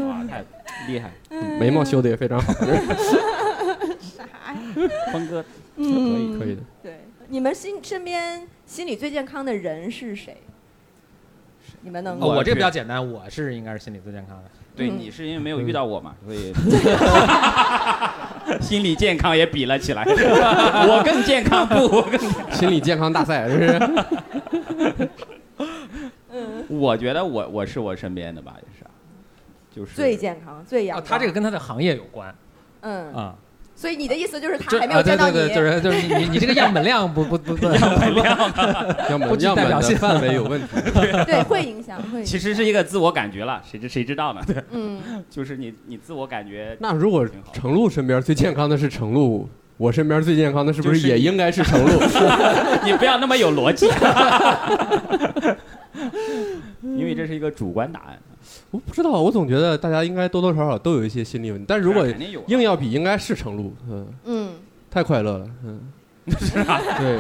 D: 哇，太 (laughs) 厉害！
B: 嗯
C: 眉毛修的也非常好，
D: 峰哥
B: 嗯，
C: 可以的。
B: 对，你们心身边心理最健康的人是谁？你们能
F: 哦我这个比较简单，我是应该是心理最健康的。
D: 对
B: 嗯
D: 你是因为没有遇到我嘛，
B: (laughs)
D: 所以 (laughs) 心理健康也比了起来。 (laughs) (laughs) 我更健康，不，我更
C: 心理健康大赛是不是？
D: (laughs)
B: 嗯
D: 我觉得我我是我身边的吧，也是，就是
B: 最健康、最阳
F: 哦，
B: 光。
F: 他这个跟他的行业有关
B: 嗯，
F: 啊。
B: 所以你的意思就是他
F: 这
B: 还没有
F: 啊，
B: 见
F: 对
B: 到
F: 对
B: 你，
F: 对，就是就是你你你这个样本量不不不 (laughs) 不
C: 样
F: 不
C: 本
F: 具
C: 样
F: 代
C: 本
F: 表
C: 的
F: 性
C: 范围有问题，
B: 对会影响，会影
D: 其
B: 响。
D: 实是一个自我感觉了，谁知谁知道呢？ (laughs) 对，
B: 嗯，
D: 就是你你自我感觉
C: 那如果
D: 挺好
C: 程璐身边最健康的是程璐，我身边最健康的是不
D: 就是是
C: 也
D: 你
C: 应该是程璐？ (laughs)
D: 你不要那么有逻辑， (laughs) 因为这是一个主观答案。
C: 我不知道，我总觉得大家应该多多少少都有一些心理问题，但如果
D: 肯定有啊，
C: 硬要比，应该是程璐，嗯，
B: 嗯，
C: 太快乐了，嗯，
D: 是吧？
C: 对，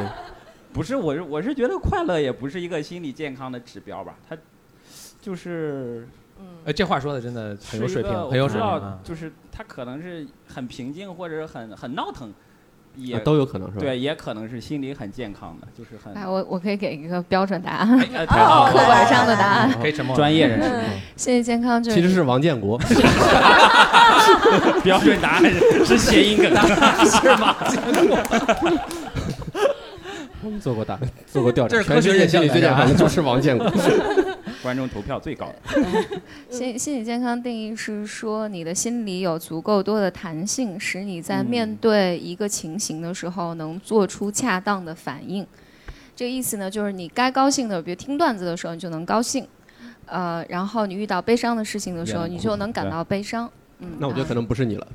D: 不是，我是我是觉得快乐也不是一个心理健康的指标吧，它就是
B: 嗯，
F: 呃，这话说的真的很
D: 是
F: 有
D: 一
F: 水平
D: 个，
F: 很有
D: 我不
F: 水
D: 知
F: 平
D: 道
F: 啊，。
D: 就是它可能是很平静或者是很很闹腾，也、
C: 啊都有可能是吧？
D: 对，也可能是心理很健康的，就是很
E: 来，我我可以给一个标准答案，
D: 哎
B: 太好了
E: 客观上的答案。
F: 可以沉默了。
D: 专业人士
B: 嗯
E: 心理健康就
C: 啊其实
E: 是
C: 是王建国，
D: 标准答案是是谐音梗，是吗？
C: 做过大做过调查，
F: 这是科
C: 全
F: 学
C: 世界心理最
F: 现
C: 健
F: 象
C: 康的就是王建国。
D: 观众投票最高的，
C: 嗯
E: 心心理健康定义是说，你的心理有足够多的弹性，使你在面
D: 嗯
E: 对一个情形的时候能做出恰当的反应。这个意思呢，就是你该高兴的，比如听段子的时候，你就能高兴；呃，然后你遇到悲伤的事情的时候，
D: 也能
E: 你
D: 哭
E: 就能感
D: 对
E: 到悲伤。嗯，
C: 那我觉得可能不是你了，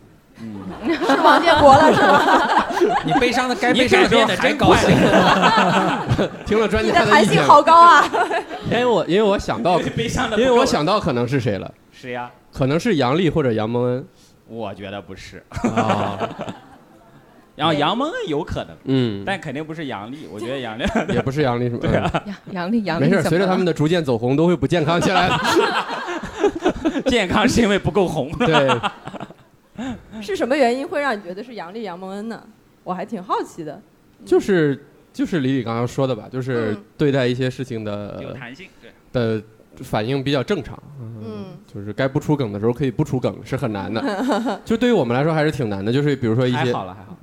D: 嗯，
B: 是王建国了是吗？
F: (laughs) 你悲伤的该
D: 你
F: 悲伤的
D: 改
F: 时候
D: 变的
F: 还
D: 真
F: 高
D: 快
F: 兴，
C: 听了专
B: 你
C: 家
B: 的
C: (laughs)
B: 弹
C: 的意
B: 性
C: 见，
B: 好高啊！
C: 因为我因为我想
D: (laughs)
C: 到，
D: 悲伤的
C: 因为我想到可能是谁了，
D: 谁呀、
C: 可能是杨笠或者杨蒙恩。
D: 我觉得不是。
C: 啊，
D: 然后杨蒙恩有可能，
C: 嗯，
D: 但肯定不是杨笠。我觉得杨笠， (laughs)
C: 也不是杨笠什么。对
E: 杨杨丽，杨丽
C: 没事，
E: 怎
C: 随
E: 么
C: 着
E: 了
C: 他们的逐渐走红，都会不健康起来的。
D: 健康是因为不够红。
C: 对，
B: 是什么原因会让你觉得是杨笠杨蒙恩呢？我还挺好奇的。
C: 就是就是李李刚刚说的吧，就是
B: 嗯
C: 对待一些事情的
D: 有弹性，对，
C: 的反应比较正常，
B: 嗯，
C: 就是该不出梗的时候可以不出梗，是很难的。 (laughs) 就对于我们来说还是挺难的，就是比如说一
D: 还
C: 些，
D: 好了，还好。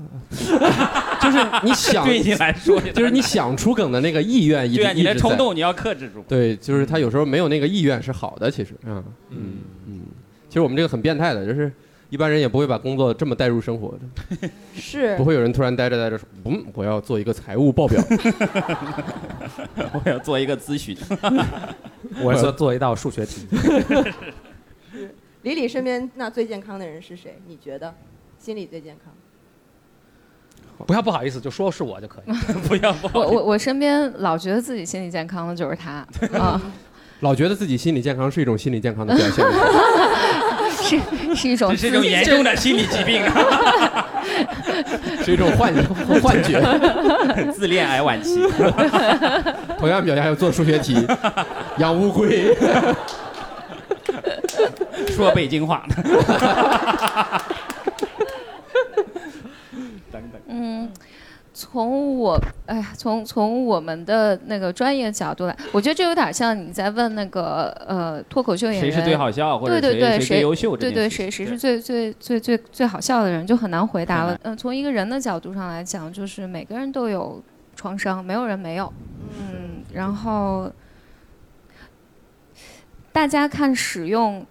C: 就是你想，
D: (laughs) 对你来说，
C: (laughs) 就是你想出梗的那个意愿一
D: 对
C: 定
D: 啊，你的
C: 一直在
D: 冲动你要克制住。
C: 对，就是他有时候没有那个意愿是好的，其实，嗯
F: 嗯
C: 嗯，其实我们这个很变态的，就是一般人也不会把工作这么带入生活的，
B: 嗯是
C: 不会有人突然呆着呆着说，嗯，我要做一个财务报
D: (laughs)
C: 表，
D: (laughs) 我要做一个咨询。
F: (laughs) 我做做一道数学题，
B: 李李身边那最健康的人是谁？你觉得心理最健康？
F: 不要不好意思，就说是我就可以。
D: 不要不
E: 我
D: 好，
E: 我我身边老觉得自己心理健康的就是他
C: (laughs)
E: 啊，
C: 老觉得自己心理健康是一种心理健康的表现。
E: 是是一种
D: 这是一种严重的心理疾病啊，
C: 是一种幻幻觉。
D: 自恋癌晚期。
C: 同样表现还有做数学题，养乌龟，
D: 说北京话，
E: 嗯，从我哎呀，从从我们的那个专业角度来，我觉得这有点像你在问那个呃脱口秀演员
D: 谁是最好笑，或者
E: 对对对
D: 谁
E: 谁
D: 最优秀这
E: 对
D: 件事
E: 对，
D: 情？
E: 谁
D: 对
E: 谁是最最最最最好笑的人，就很难回答
D: 很
E: 了
D: 难。
E: 嗯、从一个人的角度上来讲，就是每个人都有创伤，没有人没有。嗯，然后大家看使用，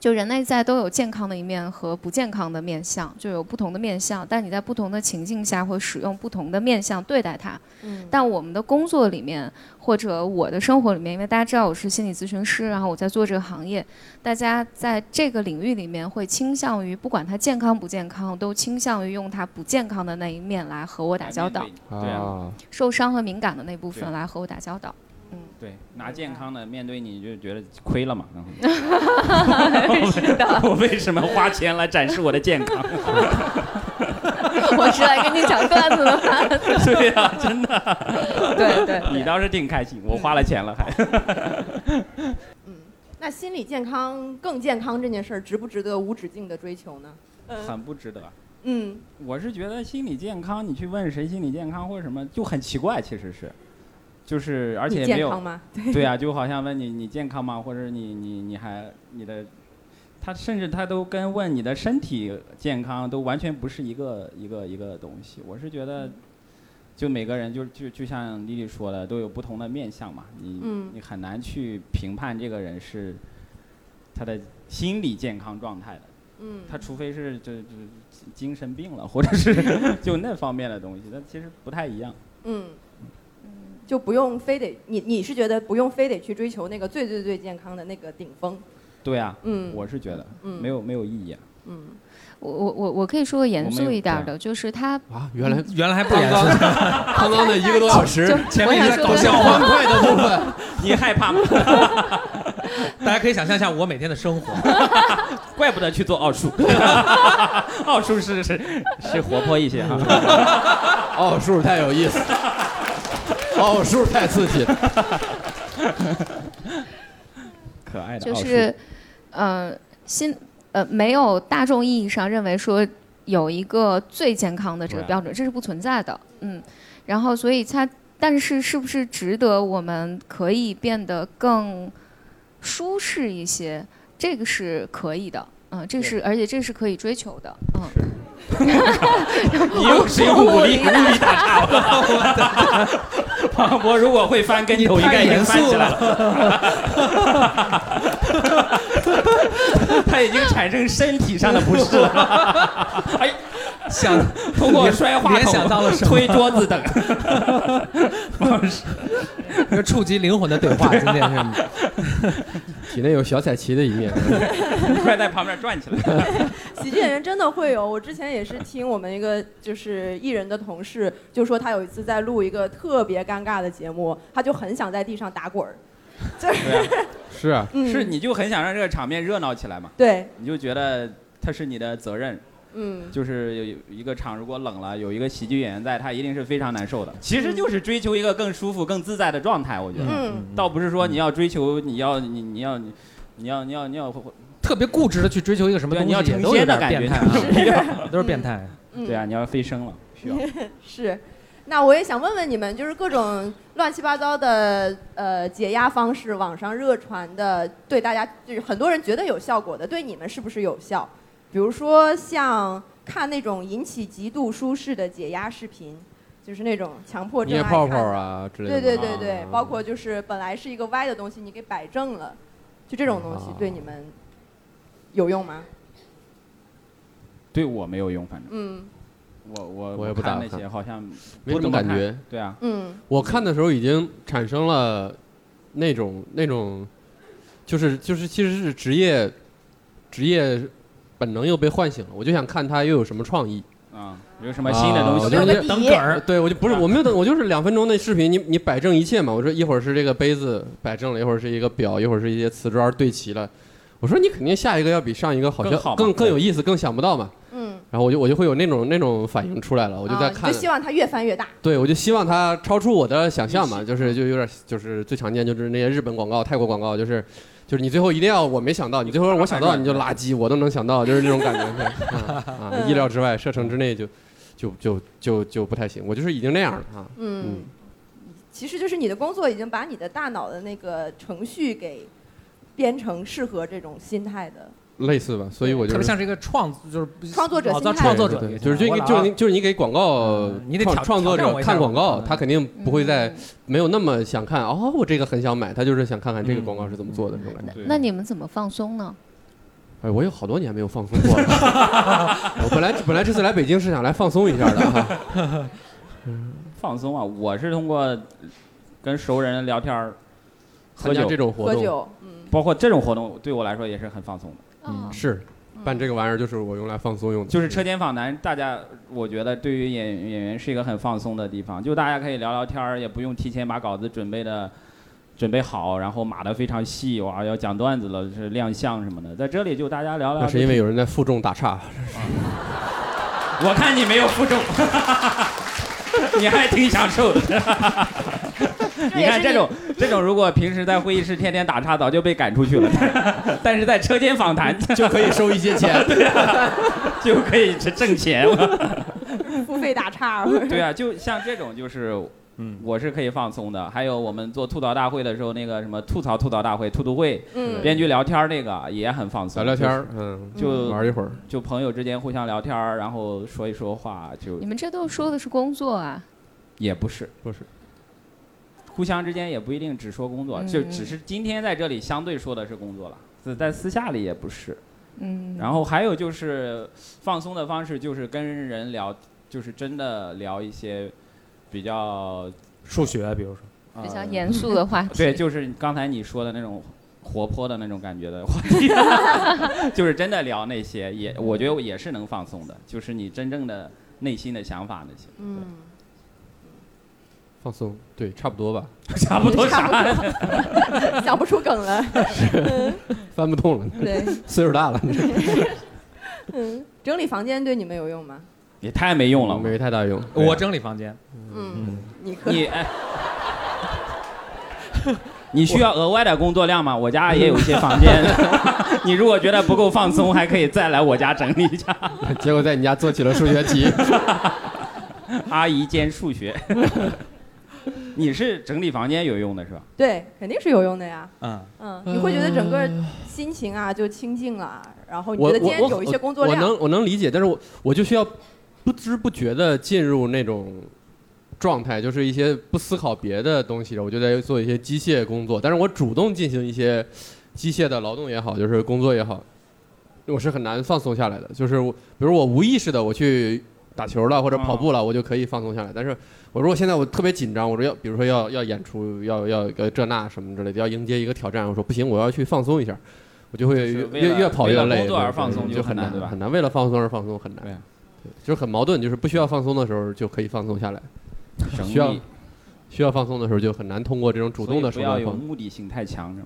E: 就人类在都有健康的一面和不健康的面相，就有不同的面相，但你在不同的情境下会使用不同的面相对待它。
B: 嗯，
E: 但我们的工作里面，或者我的生活里面，因为大家知道我是心理咨询师，然后我在做这个行业，大家在这个领域里面会倾向于，不管它健康不健康，都倾向于用它不健康的那一面来和我打交道，
D: 对啊，，
E: 受伤和敏感的那部
D: 对
E: 分来和我打交道。
D: 对，拿健康的面对你就觉得亏了嘛。 (laughs)
E: 是的，
D: 我为什么花钱来展示我的健康？
E: 我 (laughs) 是啊来跟你讲段子的吧？
D: 对啊，真的，
E: 对对
D: 你
E: 对，
D: 倒是挺开心，我花了钱了还。
B: 那心理健康更健康这件事儿，值不值得无止境的追求呢？
D: 很不值得。
B: 嗯，
D: 我是觉得心理健康，你去问谁心理健康或者什么，就很奇怪，其实是，就是而
B: 而
D: 且也没
B: 健
D: 有
B: 康吗？
D: 对啊，就好像问你你健康吗，或者你你你还你的，他甚至他都跟问你的身体健康都完全不是一个一个一个东西。我是觉
B: 嗯
D: 得，就每个人就就就像丽丽说的，都有不同的面相嘛，你、
B: 嗯
D: 你很难去评判这个人是他的心理健康状态的。
B: 嗯，
D: 他除非是就就精神病了，或者是 (laughs) 就那方面的东西，那其实不太一样。
B: 嗯，就不用非得你你是觉得不用非得去追求那个最最最健康的那个顶峰？
D: 对啊，
B: 嗯， (laughs)
D: 我是觉得
B: 嗯
D: 没有没有意义啊。
B: 嗯
E: (laughs) 我我我我可以说个严
D: 我没
E: 肃
D: 有
E: 一点儿
D: 对
E: 的，就是他
C: 啊，原来
F: 原来还不
C: 刚
F: 严
C: 刚
F: 肃，
C: 刚刚的一个多小时
E: 就，
F: (laughs) 前
E: 我
F: 面一
E: 想
F: 直在
E: 说
F: 搞
E: 的
F: (laughs) 笑
C: 欢
F: 话，
C: 快的部分，
D: 你害怕吗？
F: (laughs) 大家可以想象一下我每天的生活。
D: 怪不得去做奥数，奥数哦是是 (laughs) 是活泼一些啊哈、 (laughs)
C: 奥数太有意思，奥数太刺激了。
D: 可爱的
E: 就
D: 奥数。 (laughs)
E: 是，呃，新呃没有大众意义上认为说有一个最健康的这个
D: 对啊
E: 标准，这是不存在的。嗯，然后所以它，但是是不是值得我们可以变得更舒适一些？这个是可以的。嗯，这是而且这是可以追求的，嗯，
D: 你又是一个
E: 我
D: 武
E: 我
D: 力
E: 理
D: 武力大咖了。庞博如果会翻跟头，应该已经翻起 (laughs) 来了。他已经产生身体上的不适 (laughs) 了。哎，
F: 想
D: 通过摔话
F: 联
D: 筒、
F: 想到了什么
D: 推桌子
F: (laughs)
D: 等。
F: 这触及灵魂的对话，今天是
C: 体内有小彩旗的一面，
D: 快在旁边转起来！
B: 喜剧演员真的会有，我之前也是听我们一个就是艺人的同事就说，他有一次在录一个特别尴尬的节目，他就很想在地上打滚儿，
D: (laughs)
C: 是啊，
B: 嗯，
D: 是，你就很想让这个场面热闹起来嘛？
B: 对，
D: 你就觉得它是你的责任，
B: 嗯，
D: 就是有一个场如果冷了，有一个喜剧演员在，他一定是非常难受的。其实就是追求一个更舒服、更自在的状态，我觉得，
B: 嗯
D: 倒不是说你要追求你要你你要你要你要你要
F: 特别固执的去追求一个什么
D: 对啊
F: 东
D: 你要
F: 西，
D: 成
F: 也都
D: 仙
F: 有
D: 的感
F: 点
D: 觉
F: 变态，
D: 你
F: 啊，
D: 没有
F: 都是变态。 (laughs)
B: 嗯，
D: 对啊，你要飞升了，需要
B: 是。那我也想问问你们，就是各种乱七八糟的呃解压方式，网上热传的，对大家就是很多人觉得有效果的，对你们是不是有效？比如说像看那种引起极度舒适的解压视频，就是那种强迫症
C: 捏
B: 爱
C: 泡
B: 看
C: 泡
B: 的
C: 啊之类
B: 对对
C: 的。
B: 对对
C: 啊，
B: 包括就是本来是一个歪的东西，你给摆正了，就这种东西
C: 啊
B: 对你们有用吗？
D: (laughs) 对我没有用，反正
B: 嗯
D: 我我
C: 我也不咋
D: 看那
C: 看
D: 些，好像
C: 没
D: 不
C: 什么
D: 怎
C: 感
D: 看
C: 觉。。
D: 对啊，
B: 嗯
C: 我看的时候已经产生了那种那种，就是就是其实是职业职业本能又被唤醒了。我就想看他又有什么创意。
D: 啊，有什么新的东
C: 啊
D: 西
C: 我？就
B: 有
C: 是
B: 个
C: 那
B: 底
F: 等梗儿，
C: 对，我就不是我没有等，我就是两分钟那视频，你你摆正一切嘛。我说一会儿是这个杯子摆正了，一会儿是一个表，一会儿是一些瓷砖对齐了。我说你肯定下一个要比上一个好像
D: 更好嘛
C: 更
D: 对
C: 有意思，更想不到嘛。
B: 嗯，
C: 然后我就我就会有那种那种反应出来了，我就在
B: 啊
C: 看
B: 你就
C: 了，
B: 希望它越翻越大。
C: 对我就希望它超出我的想象嘛，
D: 预期
C: 就是就有点就是最常见就是那些日本广告、泰国广告，就是就是你最后一定要我没想到，你最后让我想到
D: 反转
C: 你就垃圾，我都能想到，就是那种感觉，对
D: (laughs)
C: 啊，啊意料之外，射程之内就就就就就不太行，我就是已经那样了啊。
B: 嗯
C: 嗯，
B: 其实就是你的工作已经把你的大脑的那个程序给编成适合这种心态的。
C: 类似吧，所以我就
F: 特
C: 是
F: 别像是一个创就是
B: 创作者
F: 老造
B: 心态
F: 创作
C: 对
F: 者
C: 对
F: 也
C: 就是就
F: 我
C: 你
F: 老
C: 就是你就是你给广告
F: 嗯你得
C: 创
F: 挑
C: 创作
F: 挑战
C: 者
F: 我一下
C: 看广告，
F: 嗯
C: 他肯定不会在
E: 嗯
C: 没有那么想看哦，我这个很想买，他就是想看看这个广告是怎么做的这种感觉。
D: 对
E: 那你们怎么放松呢？
C: 哎，我有好多年没有放松过了。 (laughs) 我本来本来这次来北京是想来放松一下的哈。
D: 放松啊！我是通过跟熟人聊天儿，
C: 参
D: 喝
C: 加
D: 酒
C: 这，种
B: 喝
C: 活动
B: 酒，嗯
D: 包括这种活动，对我来说也是很放松的。
E: 哦
C: 是办这个玩意儿就是我用来放松用的，
D: 就是车间访谈，大家我觉得对于演演员是一个很放松的地方，就大家可以聊聊天儿，也不用提前把稿子准备的准备好，然后码的非常细，哇，要讲段子了，是亮相什么的。在这里就大家聊聊。
C: 那是因为有人在负重打岔。
D: 我看你没有负重， (laughs) 你还挺享受的。你看这种这种，如果平时在会议室天天打岔，早就被赶出去了。 (laughs) 但是在车间访谈就
C: 可以收一些 (laughs) 钱，
D: 就可以挣钱。
B: 付费打岔。
E: (laughs)
D: 对啊，就像这种就是。
F: 嗯
D: 我是可以放松的，还有我们做吐槽大会的时候，那个什么吐槽吐槽大会、吐吐会，
B: 嗯，
D: 编剧聊天儿那个也很放松，
C: 聊聊天儿，嗯，
D: 就是，就
C: 玩一会儿。
D: 就朋友之间互相聊天儿，然后说一说话，就
E: 你们这都说的是工作啊？
D: 也不是，
C: 不是，
D: 互相之间也不一定只说工作，
E: 嗯
D: 就只是今天在这里相对说的是工作了，是在私下里也不是。
E: 嗯，
D: 然后还有就是放松的方式，就是跟人聊，就是真的聊一些比较、
H: 数学，比如说，
D: 呃、
E: 比较严肃的话题，
D: (laughs) 对，就是刚才你说的那种活泼的那种感觉的话题， (laughs) 就是真的聊那些，也我觉得也是能放松的，就是你真正的内心的想法那些。
B: (laughs) 嗯，
C: 放松，对，差不多吧，
D: 差不多
B: 差
D: 啥？
B: 不多，嗯 (laughs) 想不出梗了。
C: 翻不动了，
B: 对，
C: 岁数大了，
B: 嗯，整理房间对你们有用吗？
D: 也太没用了。
C: 没太大用。
F: 我整理房间，
B: 嗯，你可以。
D: 你哎， (laughs) 你需要额外的工作量吗？我家也有一些房间，你如果觉得不够放松，还可以再来我家整理一下。
C: 结果在你家做起了数学题。
D: 阿姨兼数学，你是整理房间有用的是吧？
B: 对，肯定是有用的呀。
F: 嗯，
B: 嗯，你会觉得整个心情啊就清静了，然后你
C: 我
B: 觉得今
C: 我
B: 天
C: 我
B: 有一些工作
C: 我
B: 量，
C: 能我能理解，但是我我就需要不知不觉的进入那种状态，就是一些不思考别的东西了，我就在做一些机械工作，但是我主动进行一些机械的劳动也好，就是工作也好，我是很难放松下来的。就是我，比如我无意识的我去打球了或者跑步了，我就可以放松下来。但是我如果现在我特别紧张，我说要比如说要要演出，要要要这那什么之类的，要迎接一个挑战，我说不行，我要去放松一下，我就会
D: 就是
C: 越
D: 为
C: 越
D: 了
C: 越跑
D: 为
C: 越
D: 了
C: 累。
D: 工作
C: 对
D: 而放
C: 对
D: 松
C: 就
D: 就
C: 很
D: 很难对吧
C: 很难为了放松而放松很难。
D: 对啊
C: 对就是很矛盾，就是不需要放松的时候就可以放松下来，
D: 整
C: 需要
D: 理，
C: 需要放松的时候就很难通过这种主动的手
D: 所以不要
C: 段
D: 有
C: 放松。
D: 目的性太强，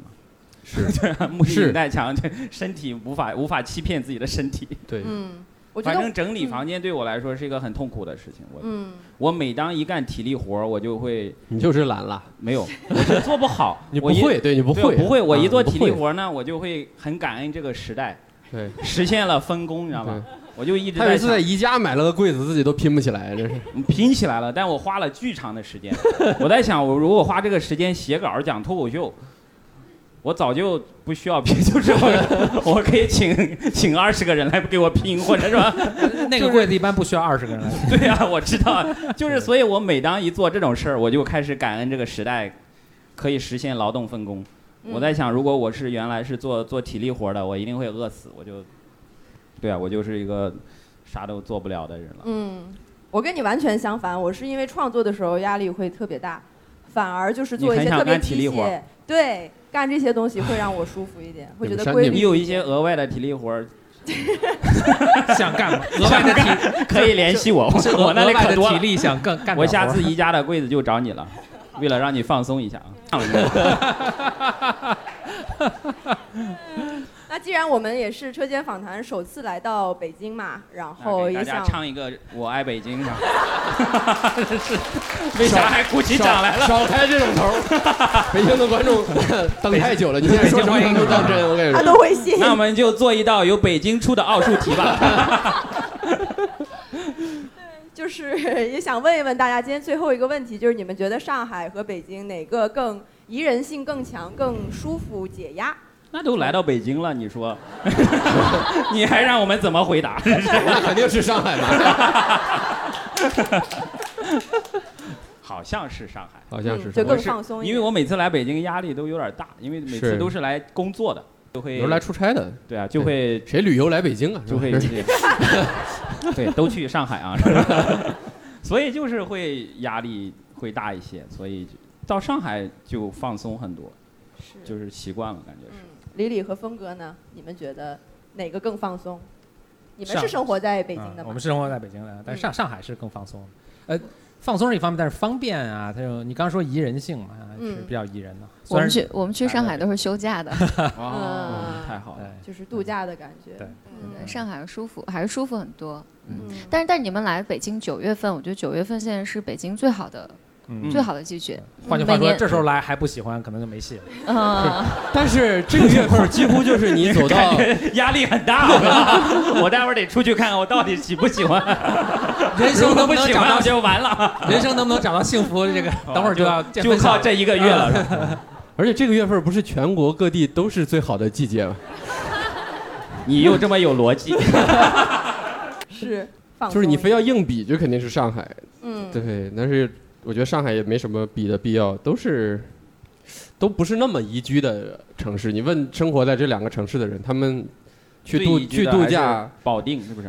D: 是吗？ (laughs)
C: 是
D: 目的性
C: 是
D: 太强，这身体无法无法欺骗自己的身体。
C: 对，
B: 嗯，我觉
D: 反
B: 得
D: 正，整理房间对我来说是一个很痛苦的事情。我
B: 嗯，
D: 我每当一干体力活儿，我就会
C: 你就是懒了，
D: 没有，我是做不好
C: (laughs) 。你不
D: 我一
C: 会，对你不
D: 对我
C: 会，
D: 不会，我一
C: 啊
D: 做
C: 你不
D: 体力
C: 会
D: 活儿呢，我就会很感恩这个时代，
C: 对，
D: 实现了分工，你知道吗？我就一直
C: 他有
D: 在
C: 一次在
D: 想
C: 宜家买了个柜子，自己都拼不起来，
D: (laughs)
C: 真是。
D: 拼起来了，但我花了巨长的时间。 (laughs) 我在想，我如果花这个时间写稿、讲脱口秀，我早就不需要拼，就是我我可以请 (laughs) 请二十个人来给我拼，或者说 (laughs)
F: 那个柜子一般不需要二十个人来。
D: 对呀、我知道，就是所以，我每当一做这种事儿，我就开始感恩这个时代可以实现劳动分工。我在想，如果我是原来是做做体力活儿的，我一定会饿死。我就，对啊，我就是一个啥都做不了的人了。
B: 嗯，我跟你完全相反，我是因为创作的时候压力会特别大，反而就是做一
D: 你
B: 些
D: 很想
B: 特别
D: 干体力
B: 机
D: 活
B: 械，对，干这些东西会让我舒服一点，会觉
C: 你们
B: 得
C: 山
B: 规
C: 你
B: 律
C: 们
D: (laughs) 你
B: 点。
D: 有一些额外的体力活儿，
F: (laughs) 想干嘛？额外的体，
D: (laughs) 可以联系我，
F: 是
D: 我
F: 额
D: 我那里
F: 外
D: 可
F: 的
D: 多
F: 体
D: 了。
F: 力想干干点活儿。
D: 我下次宜家的柜子就找你了，为了让你放松一下啊。
B: (laughs) 那既然我们也是车间访谈首次来到北京嘛，然后
D: 给大
B: 也
D: 家
B: 想
D: 唱一个《我爱北京》
B: (laughs)
D: 吧。 (laughs) 是，为啥还鼓起掌来了？
C: 少开这种头儿。北京的观众 (laughs) 等太久了，你现在说什么都当真，我跟你
B: 他
C: 说。
B: 啊都会信。
D: 那我们就做一道由北京出的奥数题吧。 (laughs)
B: 就是 (laughs) 也想问一问大家，今天最后一个问题就是，你们觉得上海和北京哪个更宜人性更强、更舒服解压？
D: 那都来到北京了，你说， (laughs) 你还让我们怎么回答？ (laughs)
C: 那肯定是上海嘛，
D: 好像是上海。
C: 好像是
B: 嗯就
C: 上海
B: 更。放松一
D: 因
B: 点。
D: 为我每次来北京压力都有点大，因为每次
C: 是
D: 都是来工作的，就会
C: 有人来出差的，
D: 对啊，就会
C: 谁旅游来北京啊？是
D: 就
C: 吧
D: 会对，都去上海啊，是吧所以就是会压力会大一些，所以到上海就放松很多，
B: 是，
D: 就是习惯了，感觉
B: 嗯
D: 是。，
B: 李李和峰哥呢？你们觉得哪个更放松？你们
F: 上
B: 是生活在北京的嗯吗？
F: 嗯我们是生活在北京的，但是上上海是更放松的。呃，放松是一方面，但是方便啊，它有你刚说宜人性嘛，啊是
B: 嗯
F: 比较宜人的。虽
E: 我
F: 然
E: 们去我们去上海都是休假的，
C: 嗯
D: 哦，太好
F: 对
D: 了，
B: 就是度假的感觉。
F: 对
E: 嗯上海舒服还是舒服很多。
B: 嗯，
E: 但是但你们来北京九月份，我觉得九月份现在是北京最好的、
F: 嗯
E: 最好的季节。
F: 换句话
E: 每
F: 说，
E: 年
F: 这时候来还不喜欢，可能就没戏了。
E: (laughs) 嗯，
C: 但是这个月份儿几乎就是你走
D: (laughs)
C: 到
D: 压力很大。我告诉你我待会儿得出去看看我到底喜不喜欢，
F: 人
D: 如果
F: 生能
D: 不
F: 不能
D: 喜
F: 找
D: 欢
F: 到
D: 就完了，
F: 人生能不能找到幸福？这个等会儿就要见
D: 就
F: 分晓
D: 靠
F: 了
D: 这一个月了。是吧
C: 而且这个月份儿不是全国各地都是最好的季节吗？
D: 你又这么有逻辑，
B: 是放松。
C: 就是你非要硬比，就肯定是上海。
B: 嗯，
C: 对，但是我觉得上海也没什么比的必要，都是都不是那么宜居的城市。你问生活在这两个城市的人，他们去度
D: 最宜居
C: 去
D: 的
C: 度
D: 还是
C: 假
D: 保定是不是？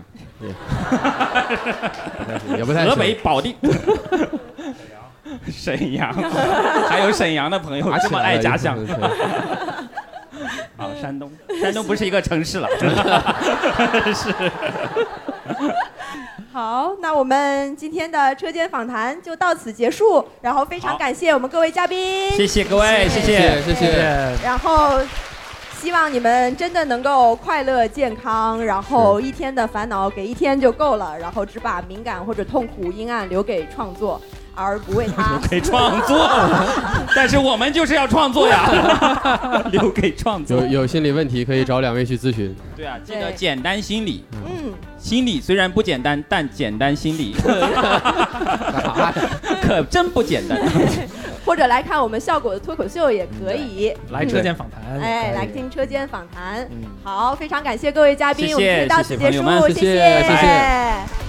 C: 也不太
D: 河
C: 行。
D: 北保定。沈阳， (laughs) 还有沈阳的朋友
C: 爬起
D: 这么
C: 来
D: 爱
C: 了
D: 家
C: 有
D: 乡
C: 可能是
D: 啊！山东，山东不是一个城市了，
B: 好，那我们今天的车间访谈就到此结束，然后非常
D: 好
B: 感谢我们各位嘉宾。
D: 谢谢各位， (laughs) 谢谢。
C: 谢谢谢谢。
B: 然后希望你们真的能够快乐健康，然后一天的烦恼给一天就够了，然后只把敏感或者痛苦阴暗留给创作，而不为它
D: 给创 (laughs) 作，但是我们就是要创作呀， (laughs) 留给创作
C: 有。有心理问题可以找两位去咨询。
D: 对啊，记得
B: 对
D: 简单心理，
B: 嗯
D: 心理虽然不简单，但简单心 (laughs) 理可真不简单。
B: 或者来看我们效果的脱口秀也可以，
F: 来车间访
D: 嗯
F: 谈，
B: 哎
F: 可以
B: 来听车间访谈。好，非常感谢各位嘉宾，
D: 谢谢
B: 我们今天到此
D: 谢谢
B: 结
D: 朋友们
B: 束，哎
D: 谢
C: 谢谢谢
B: 谢